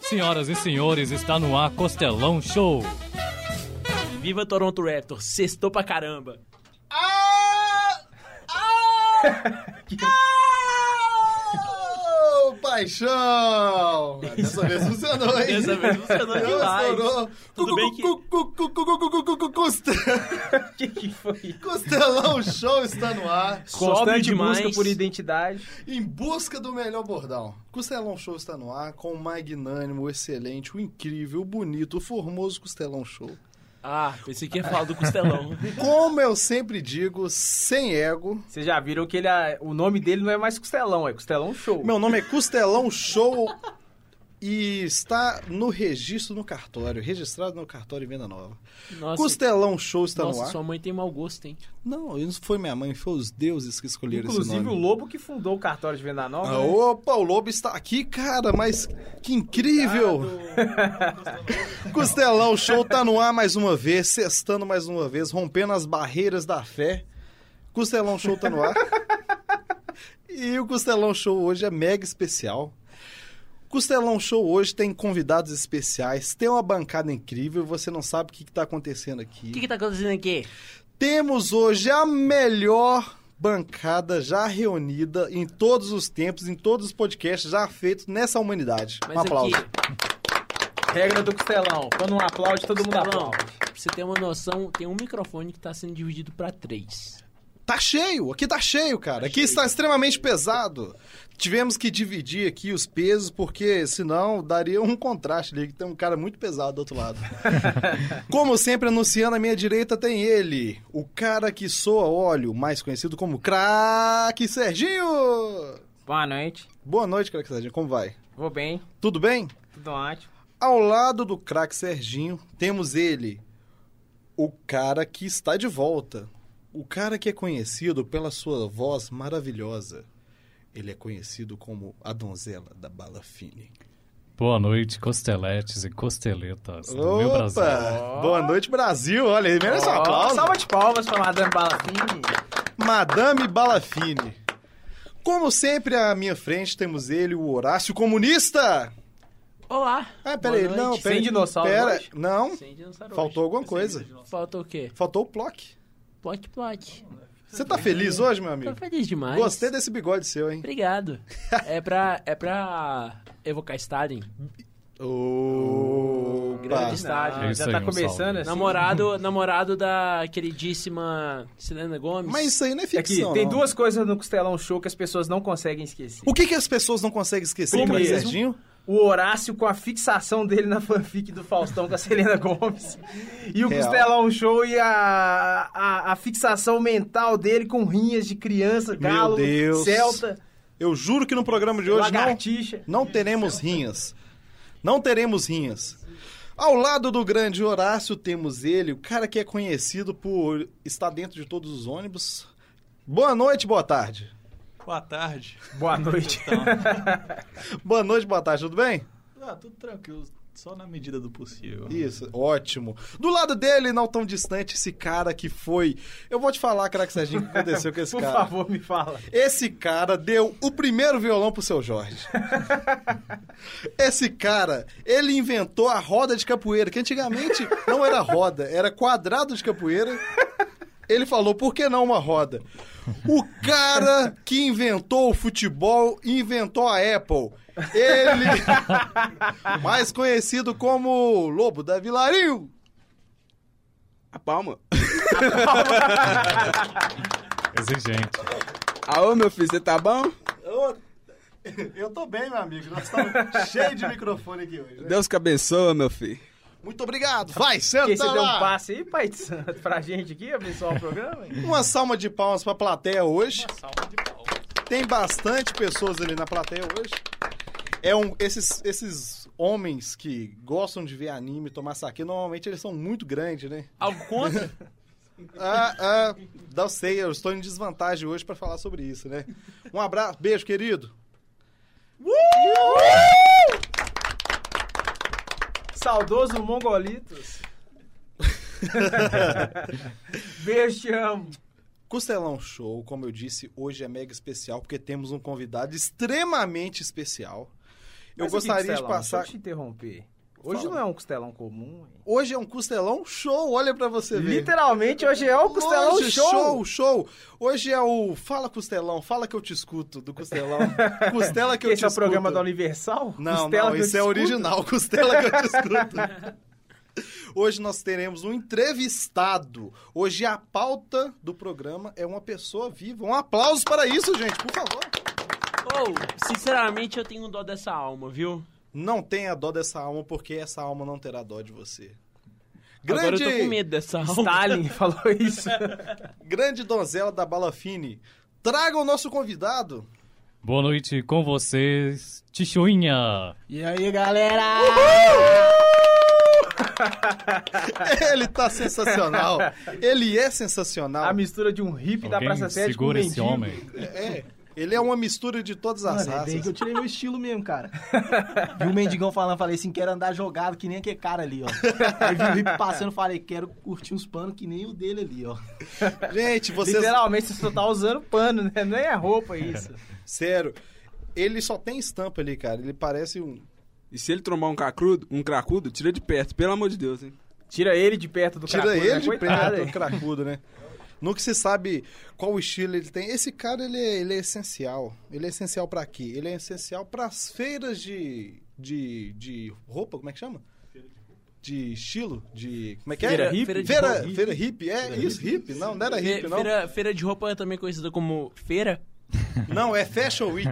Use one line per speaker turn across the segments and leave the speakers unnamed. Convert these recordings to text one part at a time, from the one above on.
Senhoras e senhores, está no ar Costelão Show.
Viva Toronto Raptor, sextou pra caramba.
Ô, paixão! Dessa vez funcionou, hein?
Dessa vez funcionou demais.
Funcionou.
Tudo bem que-
Cu, cu, cu, cu, cu, cu, cu, cu, cu, costa-
O que, que foi?
Costelão Show está no ar
Sobe
Constante
demais.
busca por identidade.
em busca do melhor bordão. Costelão Show está no ar com o magnânimo, o excelente, o incrível, o bonito, o formoso Costelão Show.
Ah, pensei que ia falar do costelão.
Como eu sempre digo, sem ego,
Vocês já viram que ele, ah, o nome dele não é mais Costelão, é Costelão Show.
meu nome é Costelão Show e está no registro no cartório, registrado no cartório em Venda Nova.
Nossa,
Costelão ah? Show está
nossa,
no ar.
sua mãe tem mau gosto, hein?
Não, isso foi minha mãe, foi os deuses que escolheram esse
Inclusive o
nome.
Lobo que fundou o cartório de Venda Nova.
Ah,
né?
opa, o Lobo está aqui, cara, mas que incrível! Costelão Show tá no ar mais uma vez, sextando mais uma vez, rompendo as barreiras da fé. Costelão Show tá no ar. E o Costelão Show hoje é mega especial. Costelão Show hoje tem convidados especiais, tem uma bancada incrível, você não sabe o que está acontecendo aqui.
O que, que tá acontecendo aqui?
Temos hoje a melhor bancada já reunida em todos os tempos, em todos os podcasts já feitos nessa humanidade.
Mas
um aplauso.
aqui,
Regra do Costelão. Quando um aplaude, todo mundo
costelão,
aplaude.
pra você ter uma noção, tem um microfone que tá sendo dividido pra três.
Tá cheio, aqui tá cheio, cara. aqui
cheio.
está extremamente pesado. Tivemos que dividir aqui os pesos, porque senão daria um contraste ali, que tem um cara muito pesado do outro lado. como sempre, anunciando à minha direita tem ele, o cara que soa óleo, mais conhecido como Craque Serginho.
Boa noite.
Boa noite, Craque Serginho, como vai?
Vou bem.
Tudo bem?
Tudo ótimo.
Ao lado do craque Serginho, temos ele, o cara que está de volta. O cara que é conhecido pela sua voz maravilhosa. Ele é conhecido como a donzela da bala fine.
Boa noite, costeletes e costeletas é do meu Brasil.
Opa! Boa noite, Brasil! Olha, ele merece um
Ó,
aplauso.
Salva de palmas pra Madame Balafini.
Madame Balafine. Como sempre, à minha frente temos ele, o Horácio Comunista.
Olá!
Ah, peraí,
Boa noite.
não, peraí.
Sem dinossauro
Pera,
hoje?
não,
Sem dinossauro
faltou alguma coisa.
hoje. Falta o quê?
Faltou o Plock.
Plot, plot.
Você tá feliz hoje, meu
Tô
amigo?
feliz demais.
Gostei desse bigode seu, hein?
Obrigado. É pra, é pra evocar Stalin.
Opa.
Grande estádio.
É isso
já
aí,
tá
um
começando
salve.
assim.
Namorado, namorado da queridíssima Selena Gomes.
Mas isso aí não é
É que
ficção,
tem
não.
duas coisas no Costelão Show que as pessoas não conseguem esquecer.
O que, que as pessoas não conseguem esquecer,
Como
cara,
mesmo?
Serginho?
o Horácio com a fixação dele na fanfic do Faustão com a Selena Gomes. E o
Real.
Costelão um Show e a, a, a fixação mental dele com rinhas de criança, galo,
Deus.
celta,
Eu juro que no programa de hoje não,
lagartixa.
não teremos rinhas. Não teremos rinhas. Ao lado do grande Horácio temos ele, o cara que é conhecido por estar dentro de todos os ônibus. Boa noite, boa tarde.
Boa tarde.
Boa noite.
Então,
Boa noite, boa tarde, tudo bem?
ah, tudo tranquilo, só na medida do possível.
Uhum.
Isso, ótimo. Do lado dele, não tão distante, esse cara que foi. Eu vou te falar, craque Serginho, o que aconteceu com esse
Por
cara.
favor, me fala.
Esse cara deu o primeiro violão pro seu Jorge. Esse cara, ele inventou a roda de capoeira, que antigamente não era roda, era quadrado de capoeira. Ele falou, por que não uma roda? O cara que inventou o futebol inventou a Apple. Ele, mais conhecido como Lobo da Vilarinho.
A palma.
Exigente.
Aô, meu filho, você tá bom?
Eu tô bem, meu amigo. Nós estamos cheios de microfone aqui hoje. né?
Deus que abençoa, meu filho.
Muito obrigado. Vai,
Porque
senta
você deu um
lá.
passe aí, pai de santo, pra gente aqui, abençoar o programa? hein?
Uma salva de palmas pra plateia hoje. Tem bastante pessoas ali na plateia hoje. É um, esses, esses homens que gostam de ver anime, tomar saque, normalmente eles são muito grandes, né?
Algo contra?
Ah, ah, não sei, eu estou em desvantagem hoje pra falar sobre isso, né? Um abraço, beijo, querido.
Saudoso Mongolitos. Beijo, te amo.
Costelão Show, como eu disse, hoje é mega especial porque temos um convidado extremamente especial. Eu
Mas aqui,
gostaria de
Costelão,
passar.
Deixa eu te interromper. Hoje
Fala.
não é um costelão comum. hein?
Hoje é um costelão show, olha pra você ver.
Literalmente, hoje é o costelão
Hoje,
show.
show, show. Hoje é o Fala Costelão, fala que eu te escuto do Costelão. Costela que eu
Esse
te
é o
escuto.
programa da Universal?
Não,
Costela
não,
que eu
isso
te
é
escuto?
original, Costela que eu te escuto. Hoje nós teremos um entrevistado. Hoje a pauta do programa é uma pessoa viva. Um aplauso para isso, gente, por favor.
Ou, sinceramente, eu tenho dó dessa alma, viu?
Não tenha dó dessa alma, porque essa alma não terá dó de você.
Agora
Grande,
eu tô com medo dessa alma.
Stalin falou isso.
grande donzela da Balafine, traga o nosso convidado.
Boa noite com vocês, Tichoinha.
E aí, galera?
Ele tá sensacional. Ele é sensacional.
A mistura de um hippie da
Alguém
Praça 7
segura
com um
esse
mendigo.
homem.
É. Ele é uma mistura de todas as
Mano, é daí que
raças.
eu tirei meu estilo mesmo, cara. Vi o mendigão falando, falei assim, quero andar jogado que nem aquele cara ali, ó. Aí vi o hippie passando, falei, quero curtir uns panos que nem o dele ali, ó.
Gente, vocês.
Literalmente, você só tá usando pano, né? Nem é roupa isso.
Sério. Ele só tem estampa ali, cara. Ele parece um.
E se ele trombar um cacrudo, um cracudo, tira de perto, pelo amor de Deus, hein?
Tira ele de perto do
Tira
cracudo, né?
ele de
Coitado,
preto,
hein?
cracudo, né? Nunca se sabe qual estilo ele tem. Esse cara, ele é, ele é essencial. Ele é essencial pra quê? Ele é essencial pras feiras de. de. de roupa, como é que chama? De estilo? De. Como é que é?
Feira
hippie?
Feira, feira hippie, é isso, hippie. Não, não era hippie,
Fe-
não.
Feira, feira de roupa é também conhecida como feira.
Não, é Fashion Week.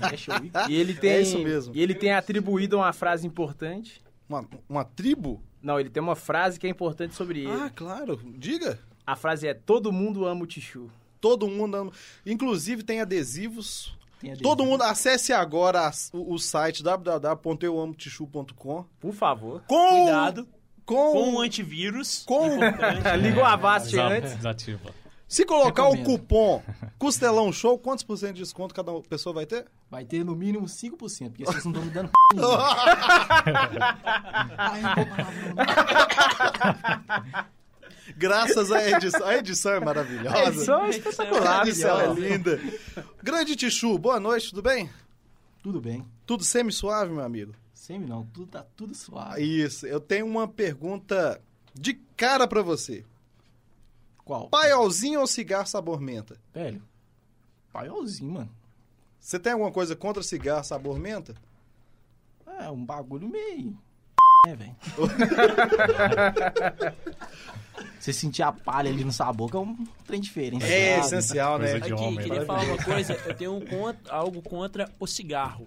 Fashion Week.
E ele tem,
É isso mesmo.
E ele tem atribuído uma frase importante.
Uma, uma tribo?
Não, ele tem uma frase que é importante sobre ele.
Ah, claro. Diga.
A frase é: Todo mundo ama o Tichu.
Todo mundo. ama- Inclusive tem adesivos.
Tem adesivo.
Todo mundo acesse agora as- o, o site www.euamotichu.com
Por favor.
com
Cuidado com
com, um
o antivírus.
com-
Liga o Avast
Desa-
antes.
Desativa.
se colocar o
Recomendo.
cupom Costelão Show, quantos por cento de desconto cada pessoa vai ter?
Vai ter no mínimo 5%, porque vocês não estão me dando p... Ai, não vou palavrão, não.
Graças à edição. A edição é maravilhosa.
É só espetacular,
A edição é
Miguel.
linda. Grande Tichu, boa noite, tudo bem?
Tudo bem.
Tudo semi-suave, meu amigo? Ah,
Semi não, tudo, tá tudo suave.
Isso, eu tenho uma pergunta de cara pra você.
Qual?
Paiolzinho ou cigarro sabor menta?
Velho, paiolzinho, mano.
Você tem alguma coisa contra cigarro sabor menta?
É um bagulho meio... É, velho. Você sentir a palha ali no sabor, que é um trem diferente.
É
sabe?
essencial, né?
Coisa de
Aqui,
homem,
queria falar uma coisa. Eu tenho um cont- algo contra o cigarro.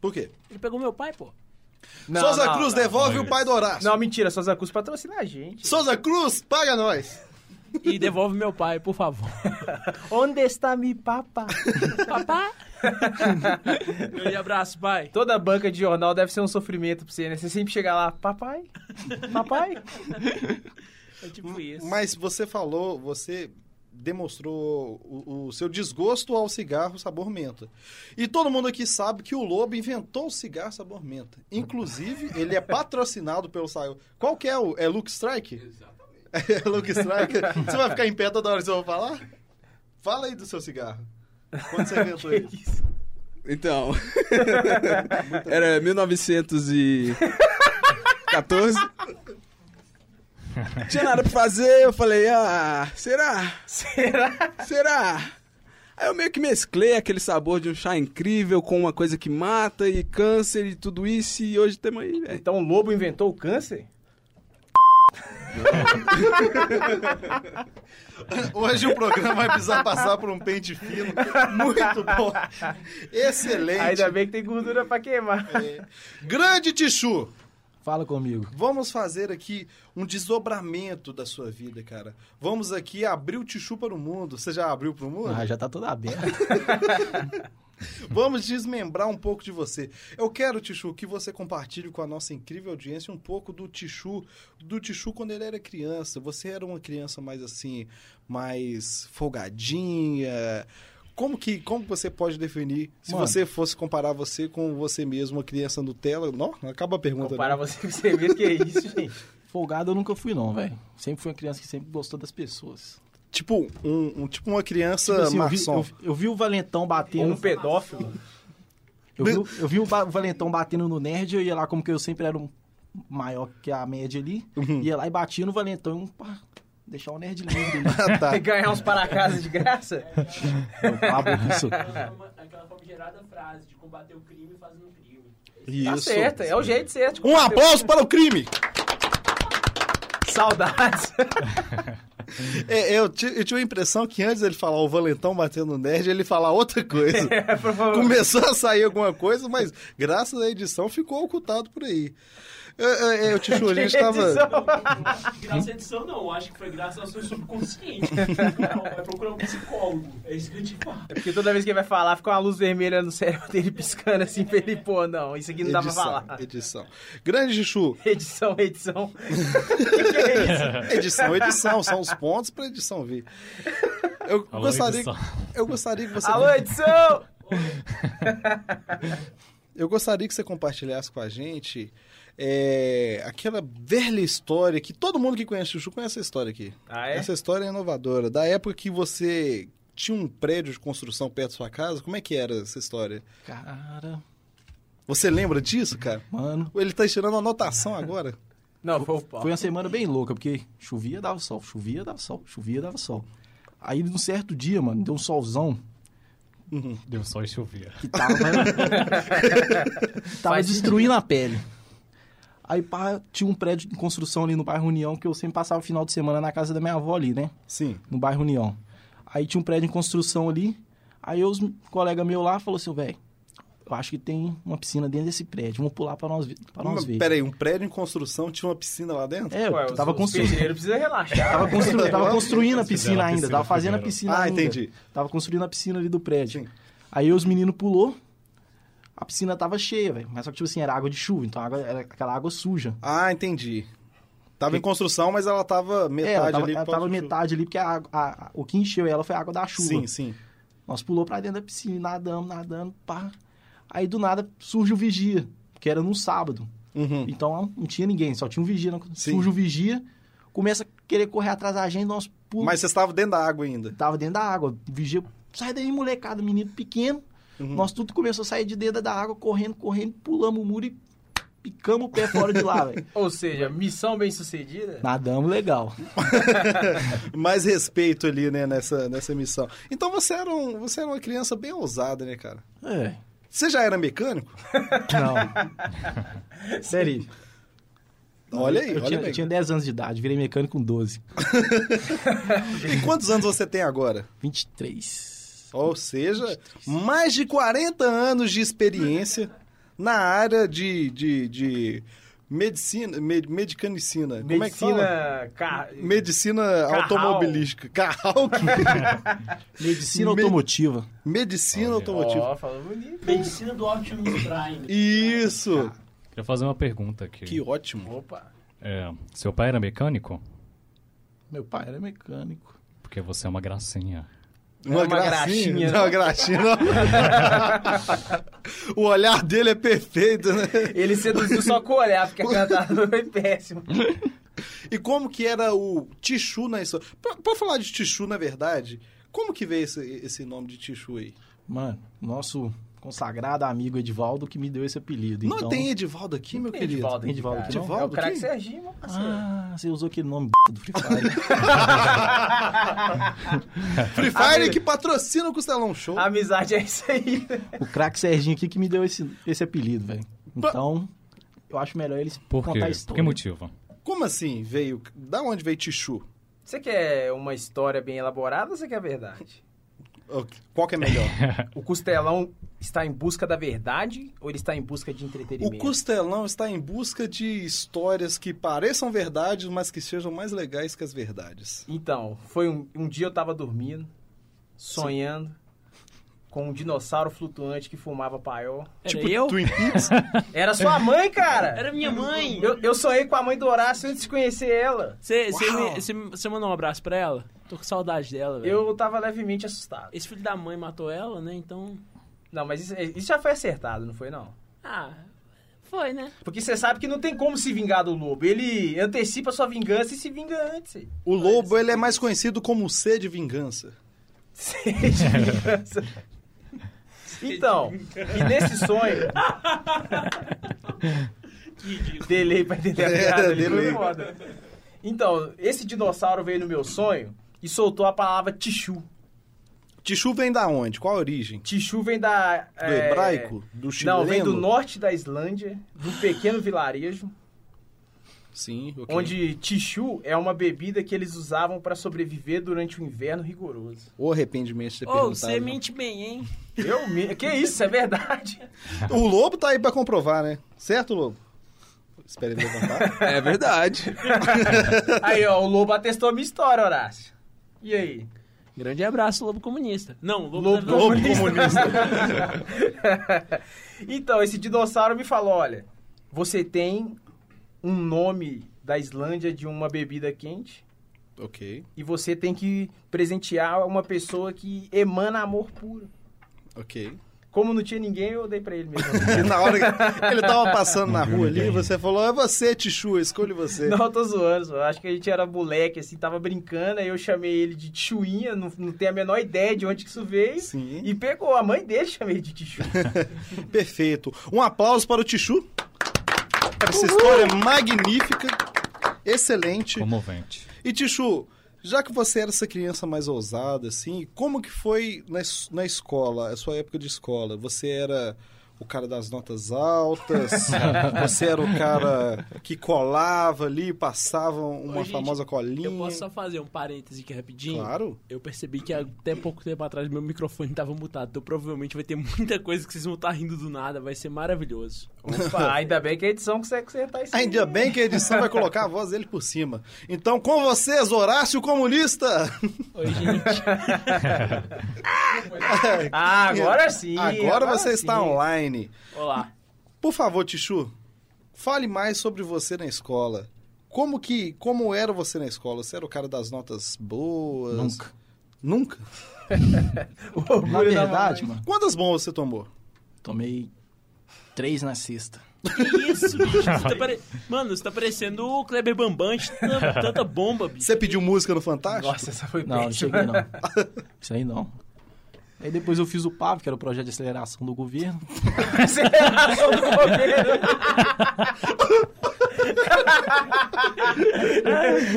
Por quê?
Ele pegou meu pai, pô.
Não,
Souza
não,
Cruz
não.
devolve
não.
o pai do Horácio.
Não, mentira, Souza Cruz patrocina a gente.
Souza Cruz, paga nós.
E devolve meu pai, por favor.
Onde está mi papa?
Papai! Grande abraço, pai.
Toda banca de jornal deve ser um sofrimento pra você, né? Você sempre chega lá, papai, papai.
É tipo isso.
Mas você falou, você demonstrou o, o seu desgosto ao cigarro sabor menta. E todo mundo aqui sabe que o Lobo inventou o cigarro sabor menta. Inclusive, ele é patrocinado pelo Saio. Qual que é o é Luke Strike? Exatamente. É Luke Strike. Você vai ficar em pé toda hora que eu vou falar? Fala aí do seu cigarro. Quando você inventou ele?
Então. Era 1914. Não tinha nada pra fazer, eu falei, ah, será?
Será?
Será? Aí eu meio que mesclei aquele sabor de um chá incrível com uma coisa que mata e câncer e tudo isso, e hoje temos aí, velho.
Então o lobo inventou o câncer?
Hoje o programa vai precisar passar por um pente fino. Muito bom. Excelente. É.
Ainda bem que tem gordura pra queimar.
Grande Tichu.
Fala comigo.
Vamos fazer aqui um desdobramento da sua vida, cara. Vamos aqui abrir o Tichu para o mundo. Você já abriu para o mundo?
Ah, já tá toda aberta.
Vamos desmembrar um pouco de você. Eu quero, Tichu, que você compartilhe com a nossa incrível audiência um pouco do Tichu, do Tichu quando ele era criança. Você era uma criança mais assim, mais folgadinha. Como que, como você pode definir se
Mano.
você fosse comparar você com você mesmo, uma criança Nutella? Não, não acaba a pergunta.
Comparar
né?
você com você mesmo, que é isso, gente?
Folgado eu nunca fui, não, velho. Sempre fui uma criança que sempre gostou das pessoas.
Tipo um, um- tipo uma criança
Tipo assim, eu, vi,
maçom.
um
eu- eu vi o Valentão
Ou
batendo.
um pedófilo.
Eu vi, o- eu vi o Ba- o Valentão batendo no nerd, eu ia lá, como que eu sempre era um maior que a média ali, ia lá e batia no Valentão, e um, pá, deixar o nerd livre.
Ah, tá.
Quer ganhar uns para casa de graça? Tá
Eu, cala a boca, isso.
Aquela forma, aquela forma gerada frase de combater o crime fazendo o crime.
Tá
Isso.
certo, é o jeito certo.
Um aplauso para o crime!
Saudades.
É, eu, ti- eu tive a impressão que antes dele falar o Valentão batendo no nerd, ele falar outra coisa.
É, Por favor.
Começou a sair alguma coisa, mas graças à edição ficou ocultado por aí. É, Eu, eu, te juro, a gente tava.
Graças à edição, não. Acho que foi graças ao seu subconsciente. Não, vai procurar um psicólogo. É isso que eu te falo.
É Porque toda vez que ele vai falar, fica uma luz vermelha no cérebro dele piscando assim, pra ele, pô, não, isso aqui não dá pra falar.
Edição, edição. Grande Juchu,
Edição, edição. O que, que é isso?
edição, edição, são os pontos para edição vir. Eu
Alô,
gostaria,
edição.
eu gostaria que você,
Alô, edição!
eu gostaria que você compartilhasse com a gente é, aquela velha história que todo mundo que conhece Chuchu conhece essa história aqui.
Ah, é?
Essa história é inovadora. Da época que você tinha um prédio de construção perto da sua casa, como é que era essa história?
Cara,
Você lembra disso, cara?
mano.
Ele tá tirando anotação agora.
Não, foi o pau.
Foi uma semana bem louca, porque chovia, dava sol, chovia, dava sol, chovia, dava sol. Aí, num certo dia, mano, deu um solzão
Deu só e chovia.
que tava, tava
Faz
destruindo a pele. Aí, pá, tinha um prédio de construção ali no bairro União, que eu sempre passava o final de semana na casa da minha avó ali, né?
Sim.
no bairro União. Aí tinha um prédio em construção ali. Aí os colega meu lá falou assim, velho, eu acho que tem uma piscina dentro desse prédio. Vamos pular pra nós, ve- pra nós ver.
Peraí, um prédio em construção tinha uma piscina lá dentro?
É,
Ué,
eu
os-
tava
os
construindo.
pedreiros precisa relaxar.
Tava, constru... tava construindo a piscina
Fizeram a
ainda,
piscina
tava fazendo a
primeiro.
piscina
Ah,
ainda.
entendi.
Tava construindo a piscina ali do prédio.
Sim.
Aí os meninos pulou, a piscina tava cheia, velho. Mas só que, tipo assim, era água de chuva, então a água, era aquela água suja.
Ah, entendi. Tava em construção, mas ela tava metade
é, ela tava,
ali.
ela
por
tava
causa do
metade ali, porque a, a- a- o que encheu ela foi a água da
chu-
chuva.
Sim, sim.
Nós pulou pra dentro da piscina, nadamos, nadando, pá. Aí do nada surge o vigia, que era num sábado.
Uhum.
Então não tinha ninguém, só tinha um vigia. Não-
Sim.
Surge o vigia, começa a querer correr atrás da gente, nós pulamos.
Mas você estava dentro da água ainda.
Tava dentro da água. O vigia, sai daí, molecada, menino pequeno.
Uhum.
Nós tudo começou a sair de dentro da água, correndo, correndo, pulamos o muro e picamos o pé fora de lá, velho.
Ou seja, missão bem sucedida.
Nadamos legal.
Mais respeito ali, né, nessa, nessa missão. Então você era, um, você era uma criança bem ousada, né, cara?
É.
Você já era mecânico?
Não. Sério.
Olha aí,
eu,
olha
tinha,
bem.
eu tinha 10 anos de idade, virei mecânico com 12.
E quantos anos você tem agora?
23.
Ou seja, mais de 40 anos de experiência na área de, de, de medicina, med, medicanicina. Como é que fala?
Medicina. ca-
Medicina
Carral.
automobilística. Carral?
Medicina
Me-
automotiva.
Medicina
Olha.
automotiva.
Ó, falou bonito.
Medicina do Optimus Prime.
Isso!
Queria fazer uma pergunta aqui.
Que ótimo.
Opa.
É, seu pai era mecânico?
Meu pai era mecânico.
Porque você é uma gracinha.
Uma,
É uma
graxinha.
graxinha,
Uma
né?
graxinha. o olhar dele é perfeito, né?
Ele seduziu só com o olhar, porque a cantada foi péssima.
E como que era o Tichu na história? Pra, pra falar de Tichu, na verdade, como que veio esse, esse nome de Tichu aí?
Mano, nosso consagrado amigo Edivaldo que me deu esse apelido.
Não
então...
tem Edivaldo aqui, meu querido?
Edivaldo aqui,
Edivaldo
cara.
aqui,
não?
É o craque
Quem?
Serginho, mano.
Ah, você usou aquele nome b... do Free Fire.
Free Fire que patrocina o Costelão Show.
A amizade é isso aí.
o craque Serginho aqui que me deu esse, esse apelido, velho. Então, eu acho melhor ele
Por
contar
quê?
a
Por
história.
que motivo?
Como assim veio? Da onde veio Tichu?
Você quer uma história bem elaborada ou você quer a verdade?
Qual que é melhor?
O Costelão está em busca da verdade ou ele está em busca de
o
entretenimento?
Costelão está em busca de histórias que pareçam verdades, mas que sejam mais legais que as verdades.
Então, foi um, um dia eu tava dormindo, sonhando, com um dinossauro flutuante que fumava paiol.
Era eu?
Twin Peaks?
Era sua mãe, cara!
Era minha mãe.
Eu, eu sonhei com a mãe do Horácio antes de conhecer ela.
Você mandou um abraço pra ela? Tô com saudade dela, velho.
Eu tava levemente assustado.
Esse filho da mãe matou ela, né? Então.
Não, mas isso, isso já foi acertado, não foi não?
Ah, foi, né?
Porque você sabe que não tem como se vingar do lobo. Ele antecipa sua vingança e se vinga antes.
O lobo, ele é mais conhecido como o C de vingança.
Seja vingança. Então, e nesse sonho, delay pra entender a
É,
piada ali, foi
delay.
foda. Então, esse dinossauro veio no meu sonho e soltou a palavra Tichu.
Tichu vem da onde? Qual a origem?
Tichu vem da...
Do hebraico? Do chileno?
É. Não, vem do norte da Islândia, de um pequeno vilarejo,
Sim, ok.
onde Tichu é uma bebida que eles usavam para sobreviver durante o inverno rigoroso.
O arrependimento de ter
Ô,
perguntado. né?
você mente bem, hein?
Eu me... Que isso, é verdade.
O Lobo tá aí pra comprovar, né? Certo, Lobo? Espera ele levantar.
É verdade.
Aí, ó, o Lobo atestou a minha história, Horácio. E aí?
Grande abraço, Lobo Comunista. Não, Lobo,
Lobo
da-
Lobo comunista.
Então, esse dinossauro me falou, olha, você tem um nome da Islândia de uma bebida quente
ok,
e você tem que presentear uma pessoa que emana amor puro.
ok.
Como não tinha ninguém, eu dei pra ele mesmo.
E na hora que ele tava passando na
Não viu
rua ali,
ninguém.
você falou, é você, Tichu, eu escolho você.
Uhum. Não, eu tô zoando, só. acho que a gente era moleque, assim, tava brincando, aí eu chamei ele de Tchuinha, não, não tenho a menor ideia de onde que isso veio,
Sim.
e pegou, a mãe dele chamei ele de Tchu.
Perfeito. Um aplauso para o Tichu. Essa história é magnífica, excelente.
Comovente.
E Tichu, já que você era essa criança mais ousada, assim, como que foi na, es- na escola, a sua época de escola? Você era o cara das notas altas? você era o cara que colava ali, passava uma
Ô, gente,
famosa colinha?
Eu posso só fazer um parêntese aqui rapidinho?
Claro.
Eu percebi que até pouco tempo atrás meu microfone tava mutado, então provavelmente vai ter muita coisa que vocês vão estar rindo do nada, vai ser maravilhoso.
Opa, ainda bem que tá a edição consegue acertar isso aí.
Ainda bem que a edição vai colocar a voz dele por cima. Então, com vocês, Horácio Comunista!
Oi, gente.
Ah, agora sim.
Agora você está
sim.
online.
Olá.
Por favor, Tichu, fale mais sobre você na escola. Como que, como era você na escola? Você era o cara das notas boas?
Nunca.
Nunca?
Na verdade, mano,
Quantas bombas você tomou?
tomei três na sexta.
Que isso, bicho? Você tá pare... Mano, você tá parecendo o Kleber Bambam, de tanta, tanta bomba, bicho.
Você pediu música no Fantástico?
Nossa, essa foi
Não, não
péssima.
cheguei não. Isso aí não. Aí depois eu fiz o PAV, que era o projeto de aceleração do governo.
Aceleração do governo.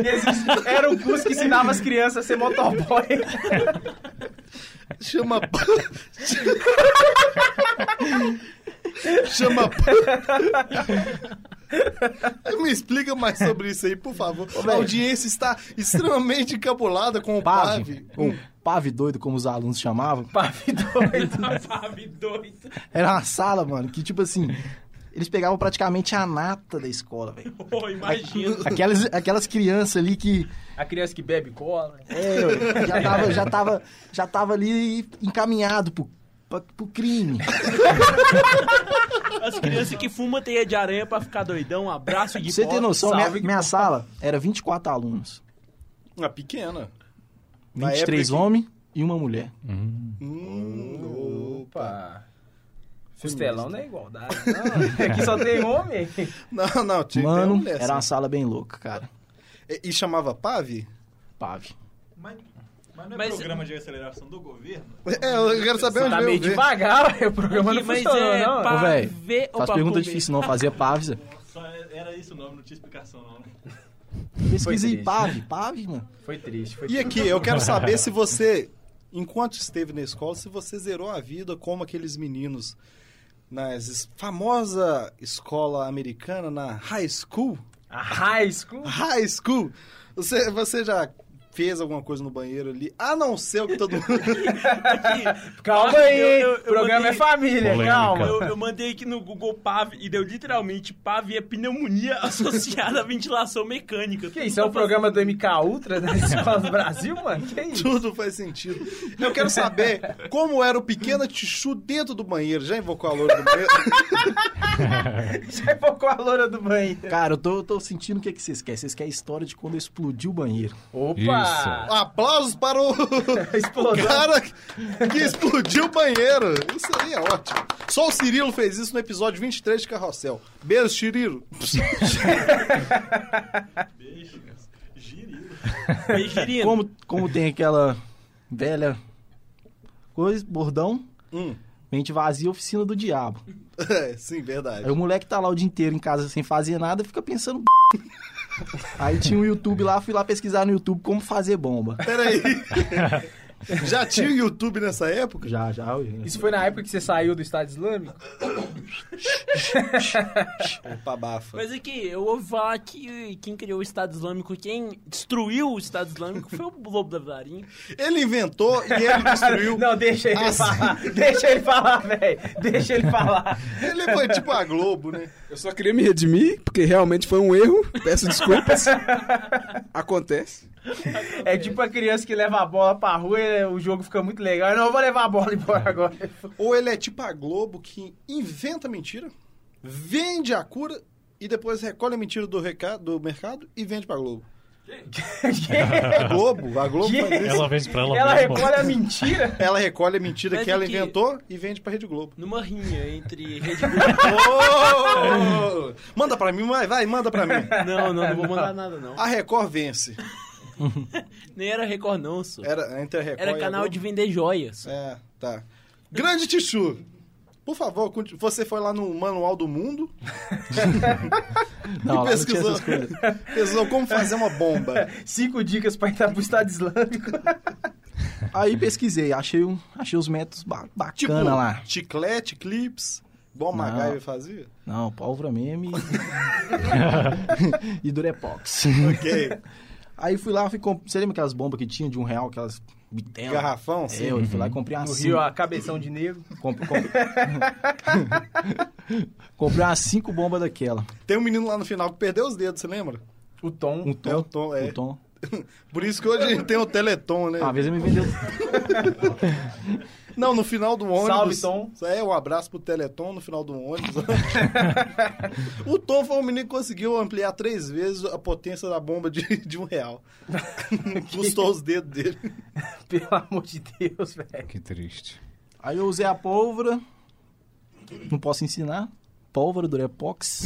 Esse era um curso que ensinava as crianças a ser motoboy.
Chama. Chama. Me explica mais sobre isso aí, por favor. A audiência está extremamente encabulada com o
PAV,
Pave.
um PAV doido, como os alunos chamavam.
Pavi
tá
doido.
Sabe, doido.
Era uma sala, mano, que tipo assim... Eles pegavam praticamente a nata da escola, velho.
Pô, imagina.
Aquelas, aquelas crianças ali que
A criança que bebe cola.
É, eu já tava, já tava, já tava ali encaminhado pro, pra- pro crime.
As crianças que fumam teia de aranha pra ficar doidão, um abraço de
Pra você
pó,
ter noção, minha,
salve.
minha sala era 24 alunos.
Uma pequena. Na
23
época
homens e uma mulher.
Hum,
Opa. Costelão não é igualdade. Não, aqui só tem homem.
Não, não, tinha
Mano,
que ter uma mulher,
era uma
sim.
sala bem louca, cara.
E, e chamava Pave?
Pave.
Mas, mas não é
Mas-
programa de aceleração do governo?
É, eu quero saber
Tá
onde
meio
veio. ver.
devagar, ué, o programa não
Mas
funcionou,
é
tá não.
pa-
Ô,
Pra
velho,
ver ou
faz
pra
pergunta
comer?
difícil não, fazia pave, Zé.
Só é- era isso o nome, não tinha explicação não, né?
Pesquisei
triste.
pave, pave, mano.
Foi triste, foi
E aqui, eu quero saber se você, enquanto esteve na escola, se você zerou a vida como aqueles meninos nas es- famosa escola americana, na high school.
A Ah, high school.
High school! Você, você já fez alguma coisa no banheiro ali? A não ser o que todo mundo...
Calma
Eu-
aí,
eu-
hein?
eu
O programa
mandei-
é família,
Polêmica.
calma.
Eu, eu mandei aqui no Google PAV e deu literalmente PAV é pneumonia associada à ventilação mecânica.
Que isso, é um programa do MK Ultra da Escola do Brasil, mano? Que isso?
Tudo faz sentido. Eu quero saber como era o pequeno Tichu dentro do banheiro. Já invocou a loura do banheiro?
Já evocou a loura do banheiro.
Cara, eu tô, eu tô sentindo o que, que vocês querem. Vocês querem a história de quando eu explodi o banheiro.
Opa!
Aplausos para o o
Explosão.
cara que explodiu o banheiro. Isso aí é ótimo. Só o Cirilo fez isso no episódio 23 de Carrossel. Beijo, Cirilo.
Beijo, girilo.
Beijirino.
Como, como tem aquela velha coisa, bordão,
Hum.
Mente vazia, oficina do diabo.
É, sim, verdade.
Aí o moleque tá lá o dia inteiro em casa sem fazer nada, fica pensando. "B****". Aí tinha um YouTube lá, fui lá pesquisar no YouTube como fazer bomba.
Peraí. Já tinha o YouTube nessa época?
Já, já.
Isso foi na época que você saiu do Estado Islâmico?
Opa, É bafa.
Mas aqui, eu ouvi falar que quem criou o Estado Islâmico, quem destruiu o Estado Islâmico foi o Lobo da Vilarinha.
Ele inventou e ele destruiu.
Não, deixa ele
Assim.
falar. Deixa ele falar, velho. Deixa ele falar.
Ele foi tipo a Globo, né?
Eu só queria me redimir, porque realmente foi um erro. Peço desculpas. Acontece.
É tipo a criança que leva a bola pra rua e o jogo fica muito legal. Eu não eu vou levar a bola embora agora.
Ou ele é tipo a Globo que inventa mentira, vende a cura e depois recolhe a mentira do, recado, do mercado e vende pra Globo. A Globo, a Globo faz isso.
Ela vende pra ela,
Ela
mesma.
recolhe a mentira.
Ela recolhe a mentira
Mas
que ela
que-
inventou e vende pra Rede Globo.
Numa rinha entre Rede Globo.
Ô! Oh! manda pra mim, vai, vai, manda pra mim.
Não, não, não vou mandar nada, não.
A Record vence.
Nem era Record, não, só.
Era entre a Record e
Era
É, a
canal
Globo.
de vender joias.
É, tá. Grande Tichu, por favor, conti- você foi lá no Manual do Mundo
Não,
e
lá não tinha
pesquisou,
essas coisas.
pesquisou como fazer uma bomba.
Cinco dicas pra entrar pro Estado Islâmico.
Aí pesquisei, achei, um, achei os métodos ba bacana
Tipo,
lá.
chiclete, clips, igual o
Não.
MacGyver fazia.
Não, pólvora meme e... e Durepox.
Ok.
Aí fui lá, fui comp... você lembra aquelas bombas que tinha de um real, aquelas bitelas?
Garrafão,
É, eu fui lá e
Uhum.
comprei umas
No
cinco.
Rio, a cabeção de negro.
Comp- comp- comprei umas cinco bombas daquela.
Tem um menino lá no final que perdeu os dedos, você lembra?
O tom.
Um tom.
É o Tom, é.
Um tom. Ah,
Por isso que hoje a gente tem o Teleton, né?
Uma vez ele me vendeu
Não, no final do ônibus.
Salve, Tom.
É, um abraço pro Teleton no final do ônibus. o Tom foi um menino que conseguiu ampliar três vezes a potência da bomba de, de um real. Custou os dedos dele.
Pelo amor de Deus, velho.
Que triste.
Aí eu usei a pólvora. Não posso ensinar. Pólvora, Durepox.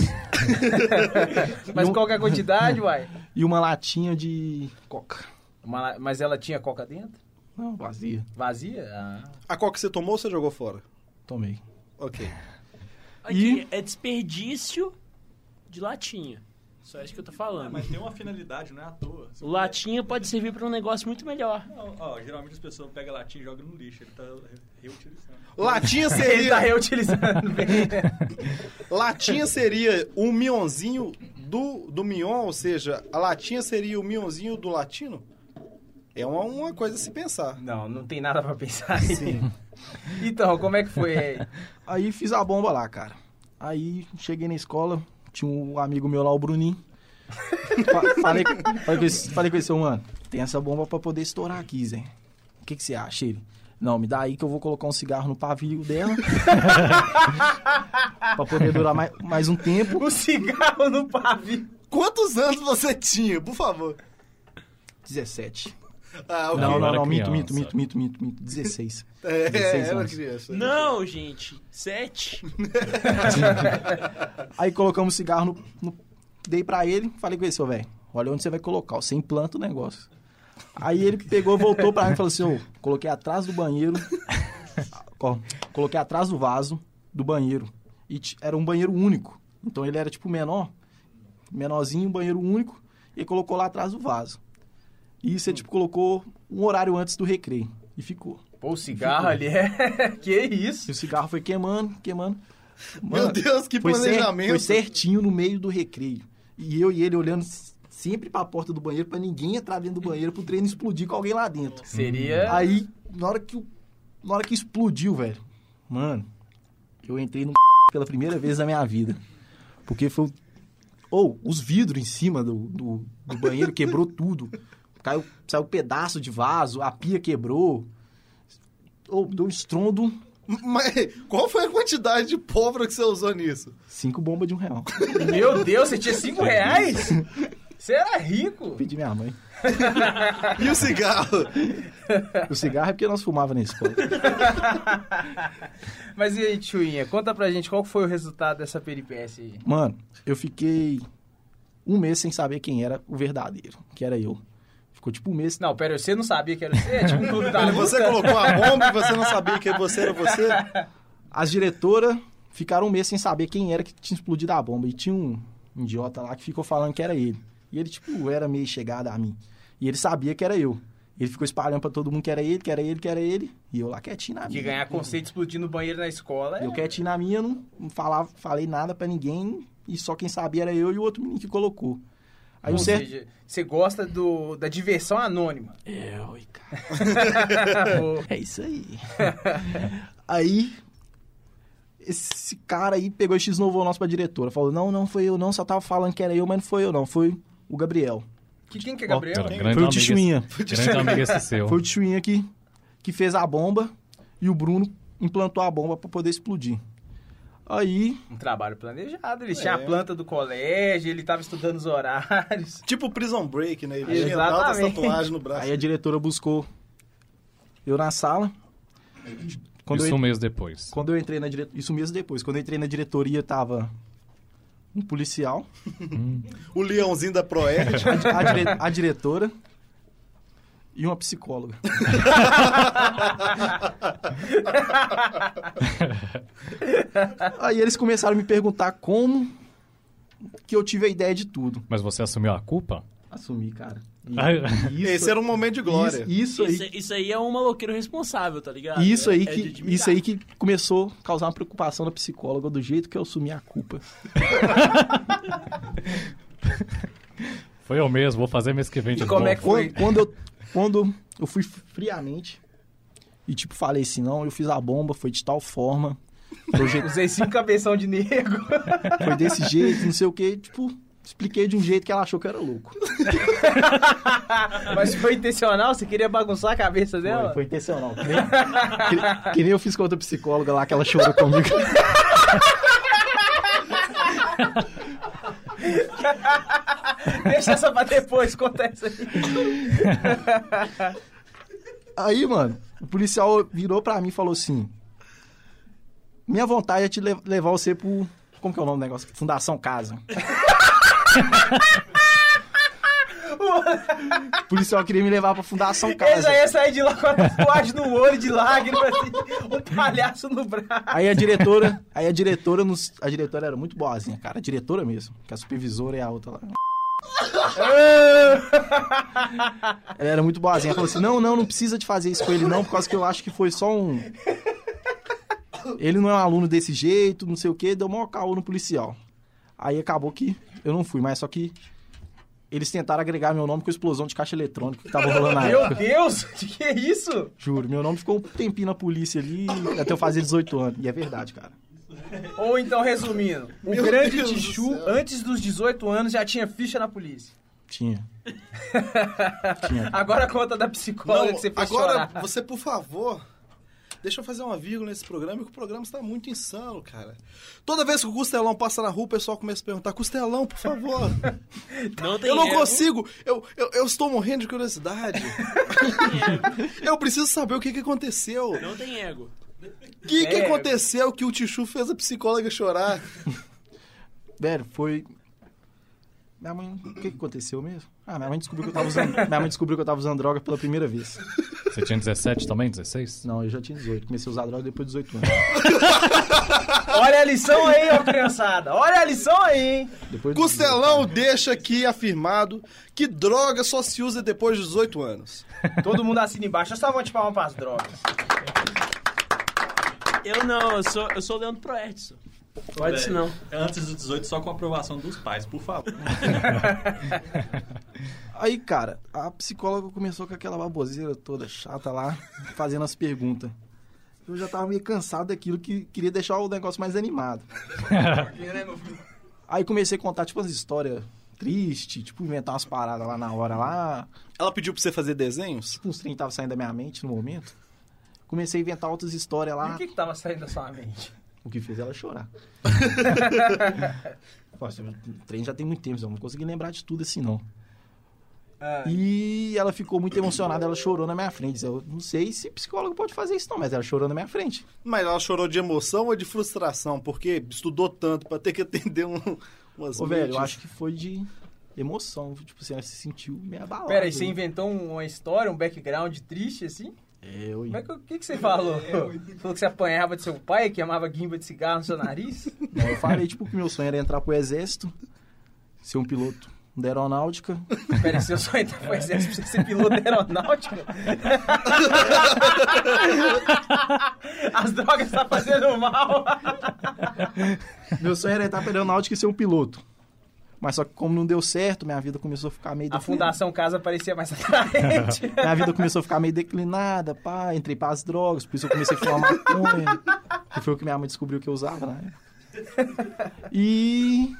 Mas
Não-
qual que é a quantidade, uai?
e uma latinha de coca.
Uma- Mas ela tinha coca dentro?
Não, vazia.
Vazia? Ah.
A qual que você tomou, você jogou fora?
Tomei.
Ok.
Aqui, é desperdício de latinha. Só isso que eu tô
Ah,
falando.
Mas tem uma finalidade, não é à toa. Se
O latinha pode servir pra um negócio muito melhor.
Não, ó, geralmente as pessoas pegam latinha e jogam no lixo. Ele tá re- reutilizando.
Latinha
Ele tá
seria,
reutilizando bem.
latinha seria o mionzinho do, do mion, ou seja, a latinha seria o mionzinho do latino? É uma, uma coisa a se pensar.
Não, não tem nada pra pensar aí. Então, como é que foi?
Aí fiz a bomba lá, cara. Aí cheguei na escola, tinha um amigo meu lá, o Bruninho. Fa- falei, falei, com esse, falei com esse, "Ô, mano, tem essa bomba pra poder estourar aqui, Zé. O que, que você acha, ele? Não, me dá aí que eu vou colocar um cigarro no pavio dela. pra poder durar mais, mais um tempo.
O cigarro no pavio.
Quantos anos você tinha, por favor?
17.
Ah, ok.
Não,
eu
não,
era
não, mito,
criança.
mito, mito, mito, mito, mito. 16.
É,
16
era
anos.
criança.
Não, gente. Sete.
Aí colocamos o cigarro no, no- Dei pra ele, falei com ele, seu velho, olha onde você vai colocar, ó, você implanta o negócio. Aí ele pegou, voltou pra mim e falou assim, ô, coloquei atrás do banheiro, ó, coloquei atrás do vaso do banheiro. E ti- era um banheiro único. Então ele era tipo menor, menorzinho, um banheiro único, e colocou lá atrás do vaso. E você, tipo, colocou um horário antes do recreio. E ficou.
Pô, o cigarro ali é. Que
E
isso?
o cigarro foi queimando, queimando.
Meu
Mano,
Deus, que
foi, cer-
planejamento.
foi certinho no meio do recreio. E eu e ele olhando s- sempre pra porta do banheiro, pra ninguém entrar dentro do banheiro, pro treino explodir com alguém lá dentro.
Seria.
Aí, na hora que, o- na hora que explodiu, velho, mano, eu entrei no pela primeira vez na minha vida. Porque foi. o- Ou, os vidros em cima do, do, do banheiro quebrou tudo. Caiu, saiu um pedaço de vaso, a pia quebrou. Ou, deu um estrondo,
Mas qual foi a quantidade de pólvora que você usou nisso?
cinco bombas de um real.
Meu Deus, você tinha cinco reais? Você era rico?
Pedi minha mãe.
E o cigarro?
O cigarro é porque nós fumava na escola.
Mas e aí, Chuinha, conta pra gente qual que foi o resultado dessa peripécia aí.
Mano, eu fiquei um mês sem saber quem era o verdadeiro, que era eu. Ficou tipo um mês.
Não, pera, você não sabia que era você? É tipo um clube da
Olha,
luta.
você colocou a bomba e você não sabia que você era você?
As diretoras ficaram um mês sem saber quem era que tinha explodido a bomba. E tinha um idiota lá que ficou falando que era ele. E ele, tipo, era meio chegado a mim. E ele sabia que era eu. Ele ficou espalhando pra todo mundo que era ele, que era ele, que era ele. E eu lá quietinho na
De
minha.
ganhar conceito explodindo no banheiro na escola. é-
Eu quietinho na minha, não não falava, falei nada pra ninguém. E só quem sabia era eu e o outro menino que colocou. Aí
Ou
um certo...
seja, você gosta do, da diversão anônima.
É, oi, cara.
Pô,
É isso aí. aí, esse cara aí pegou e x-novou nosso pra diretora. Falou, não, não foi eu não, só tava falando que era eu, mas não foi eu não, foi o Gabriel.
que, quem que é Gabriel?
Era
foi o
amiga-
Tichuinha.
Grande amiga esse seu.
Foi o Tichuinha que, que fez a bomba e o Bruno implantou a bomba pra poder explodir. Aí,
Um trabalho planejado. Ele
É.
tinha a planta do colégio, ele tava estudando os horários.
Tipo Prison Break, né? Ele tinha altas
Exatamente.
tatuagens no braço.
aí a diretora buscou eu na sala. Quando eu
Isso um mês depois.
Quando eu entrei na dire... Isso mesmo depois. Quando eu entrei na diretoria, tava um policial,
O leãozinho da Proerd.
a, di- a dire- a diretora e uma psicóloga. Aí eles começaram a me perguntar como que eu tive a ideia de tudo.
Mas você assumiu a culpa?
Assumi, cara.
Esse era um momento de glória.
Isso, isso aí.
Isso, isso aí é um maloqueiro responsável, tá ligado?
E isso
É-
aí,
é de
que,
admirar.
isso aí que começou a causar uma preocupação na psicóloga do jeito que eu assumi a culpa.
Foi eu mesmo, vou fazer mês que vem de
E como é
novo.
que foi?
Quando, quando eu, quando eu fui friamente e, tipo, falei assim, não, eu fiz a bomba, foi de tal forma, foi, je-
Usei cinco cabeção de nego.
foi desse jeito, não sei o que, tipo, expliquei de um jeito que ela achou que eu era louco.
Mas foi intencional? Você queria bagunçar a cabeça dela?
Foi, foi intencional. Que nem, que- que nem eu fiz com outra psicóloga lá, que ela chorou comigo.
Deixa essa pra depois, conta essa aí.
Aí, mano, o policial virou pra mim e falou assim: Minha vontade é te le- levar você pro. Como que é o nome do negócio? Fundação Casa. o policial queria me levar pra Fundação
Ele
Casa.
já ia sair de lá com a tatuagem no olho de lágrimas e um palhaço no braço.
Aí a diretora, aí a diretora nos, a diretora era muito boazinha, cara, a diretora mesmo, que a supervisora é a outra lá. Ela era muito boazinha, ela falou assim: "Não, não, não precisa de fazer isso com ele não, por causa que eu acho que foi só um Ele não é um aluno desse jeito, não sei o quê, deu maior caô no policial. Aí acabou que eu não fui, mas só que eles tentaram agregar meu nome com a explosão de caixa eletrônica que tava rolando na
Meu
época.
Deus, de Ah, que é isso?
Juro, meu nome ficou um tempinho na polícia ali até eu fazer 18 anos. E é verdade, cara.
Ou então, resumindo, o
Meu
grande
Deus do
Tichu,
céu.
antes dos 18 anos, já tinha ficha na polícia.
Tinha. Tinha.
Agora conta da psicóloga é que você fez
agora,
chorar.
você, por favor, deixa eu fazer uma vírgula nesse programa, que o programa está muito insano, cara. Toda vez que o Costelão passa na rua, o pessoal começa a perguntar, Costelão, por favor.
Não tem
Eu não
erro.
consigo, eu, eu, eu estou morrendo de curiosidade. eu preciso saber o que, que aconteceu. O
Não tem ego.
que, que
É.
aconteceu que o Tichu fez a psicóloga chorar?
Velho, foi. Minha mãe. O que, que aconteceu mesmo? Ah, minha mãe descobriu que eu tava usando. minha mãe descobriu que eu tava usando droga pela primeira vez.
Você tinha 17 também? 16?
Não, eu já tinha 18. Comecei a usar droga depois de 18 anos.
Olha a lição aí, ó, criançada. Olha a lição aí, hein?
Depois de 18.
Costelão deixa aqui afirmado que droga só se usa depois dos 18 anos.
Todo mundo assina embaixo. Eu só vou te palma pras drogas.
Eu não, eu sou, eu sou o Leandro É. Proertson. Pode isso não.
Antes dos 18, só com a aprovação dos pais, por favor.
Aí, cara, a psicóloga começou com aquela baboseira toda chata lá, fazendo as perguntas. Eu já tava meio cansado daquilo que queria deixar o negócio mais animado. Aí comecei a contar, tipo, as histórias tristes, tipo, inventar umas paradas lá na hora lá.
Ela pediu pra você fazer desenhos?
uns trem que tava saindo da minha mente no momento. Comecei a inventar outras histórias
E
lá.
o que que tava saindo da sua mente?
O que fez ela chorar. Nossa, o trem já tem muito tempo, eu não consegui lembrar de tudo assim, não.
Ah,
E ela ficou muito emocionada, ela chorou na minha frente. Eu não sei se psicólogo pode fazer isso, não, mas ela chorou na minha frente.
Mas ela chorou de emoção ou de frustração? Porque estudou tanto pra ter que atender um, umas
Ô, velho, eu
mentes.
acho que foi de emoção. Tipo, assim, ela se sentiu meio abalada.
Pera aí, você inventou um- uma história, um background triste, assim?
Eu, hein?
Como é que, o que, que você falou? falou que você apanhava de seu pai, que amava guimba de cigarro no seu nariz?
Não, eu falei, tipo, que meu sonho era entrar pro exército, ser um piloto da aeronáutica.
Peraí, seu sonho entrar pro exército pra você ser piloto aeronáutico? As drogas tá fazendo mal.
Meu sonho era entrar pra aeronáutica e ser um piloto. Mas só que como não deu certo, minha vida começou a ficar meio
A
declinada.
Fundação Casa parecia mais atraente.
Minha vida começou a ficar meio declinada, pá, entrei para as drogas, por isso eu comecei a fumar maconha. Que foi o que minha mãe descobriu que eu usava na época. E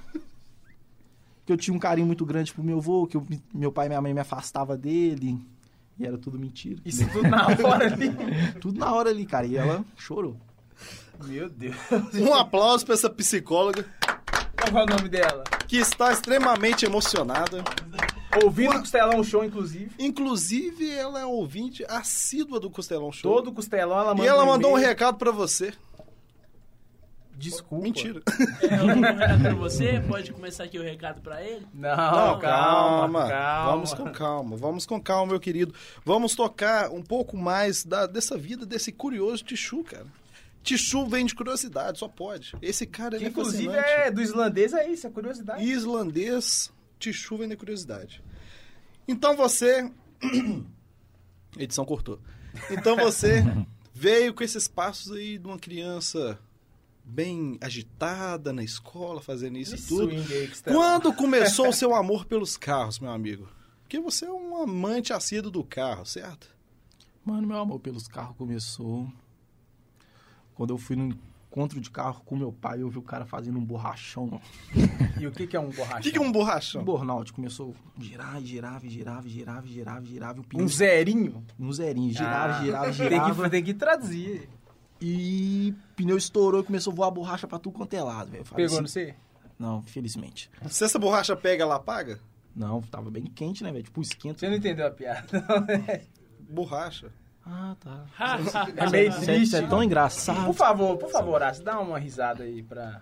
que eu tinha um carinho muito grande pro meu avô, que eu- meu pai e minha mãe me afastava dele. E era tudo mentira.
Isso tudo na hora ali.
Tudo na hora ali, cara. E ela chorou.
Meu Deus.
Um aplauso pra essa psicóloga
Qual é o nome dela?
que está extremamente emocionada.
Ouvindo o Costelão Show, inclusive.
Inclusive, ela é ouvinte assídua do Costelão Show.
Todo o Costelão,
tá
ela mandou
e ela mandou um
e-mail.
recado pra você.
Desculpa.
Mentira.
É, eu vou recado pra você, pode começar aqui o recado pra ele.
Não, calma, calma.
Vamos com calma, vamos com calma, meu querido. Vamos tocar um pouco mais da, dessa vida desse curioso Tichu, cara. Tichu vem de curiosidade, só pode. Esse cara
Que,
ele é
inclusive
fascinante.
é do islandês, é isso, é curiosidade.
Islandês, Tichu vem da curiosidade. Então você. Edição cortou. Então você veio com esses passos aí de uma criança bem agitada na escola, fazendo isso, e tudo.
swing aí, Costelão.
Quando começou o seu amor pelos carros, meu amigo? Porque você é um amante assíduo do carro, certo?
Mano, meu amor pelos carros começou. Quando eu fui no encontro de carro com meu pai, eu vi o cara fazendo um borrachão.
E o que, que é um borracha?
O que, que é um borrachão?
Um burnout. Começou a girar, girava, girava, girava, girava, girava. e O pneu
Um zerinho?
Um zerinho, girava,
Ah,
girava,
tem que-
girava.
Tem que traduzir.
E pneu estourou e começou a voar borracha pra tudo quanto é lado, velho. Eu falei
Pegou, não
assim,
sei?
Não, felizmente.
Se essa borracha pega, ela apaga?
Não, tava bem quente, né, velho? Tipo, esquenta.
Você não entendeu a piada.
Borracha.
Ah, tá.
É meio
Isso é, isso é
triste.
tão engraçado.
Por favor, por favor, Horácio, dá uma risada aí pra...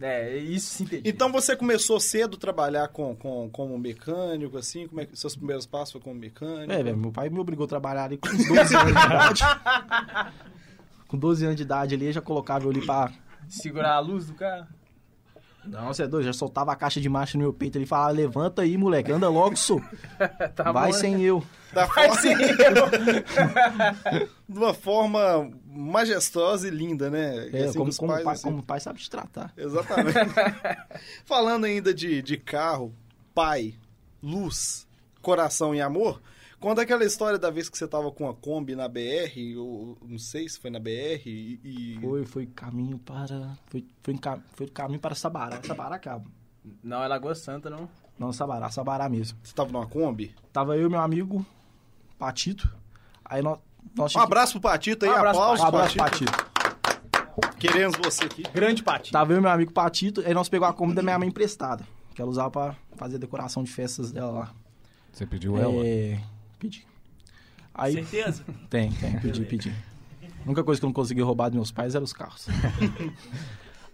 É, isso sintetiza.
Então você começou cedo a trabalhar com, com, como mecânico, assim? Como é que seus primeiros passos foram como mecânico?
É, velho, meu pai me obrigou a trabalhar ali com uns 12 anos de idade. Com 12 anos de idade ali, já colocava eu ali pra...
Segurar a luz do carro.
Não, você é doido, já soltava a caixa de marcha no meu peito. Ele falava, levanta aí, moleque, anda logo, sou.
Tá
Vai
bom, né?
sem eu.
Da
Vai
forma-
sem eu.
de uma forma majestosa e linda, né?
É,
Assim,
como,
os
como
pais,
pai,
assim.
como pai sabe te tratar.
Exatamente. Falando ainda de, de carro, pai, luz, coração e amor, conta aquela história da vez que você tava com a Kombi na BR, ou não sei se foi na BR, e. e-
Foi, foi caminho para. Foi, foi, em ca- foi caminho para Sabará. Sabará, cabo.
Não, é Lagoa Santa, não.
Não, Sabará, Sabará mesmo.
Você tava numa Kombi?
Tava eu e meu amigo, Patito. Aí nós. nós
Um
tinha que-
abraço pro Patito aí,
Um abraço,
aplausos,
Um abraço,
Patito.
Patito.
Queremos você aqui.
Grande patinho.
Tava eu e meu amigo Patito, aí nós pegou a Kombi da minha mãe emprestada. Que ela usava pra fazer decoração de festas dela lá.
Você pediu ela?
É. Pedi. Aí.
Certeza?
Tem, tem, pedi, pedi. A única coisa que eu não consegui roubar dos meus pais eram os carros.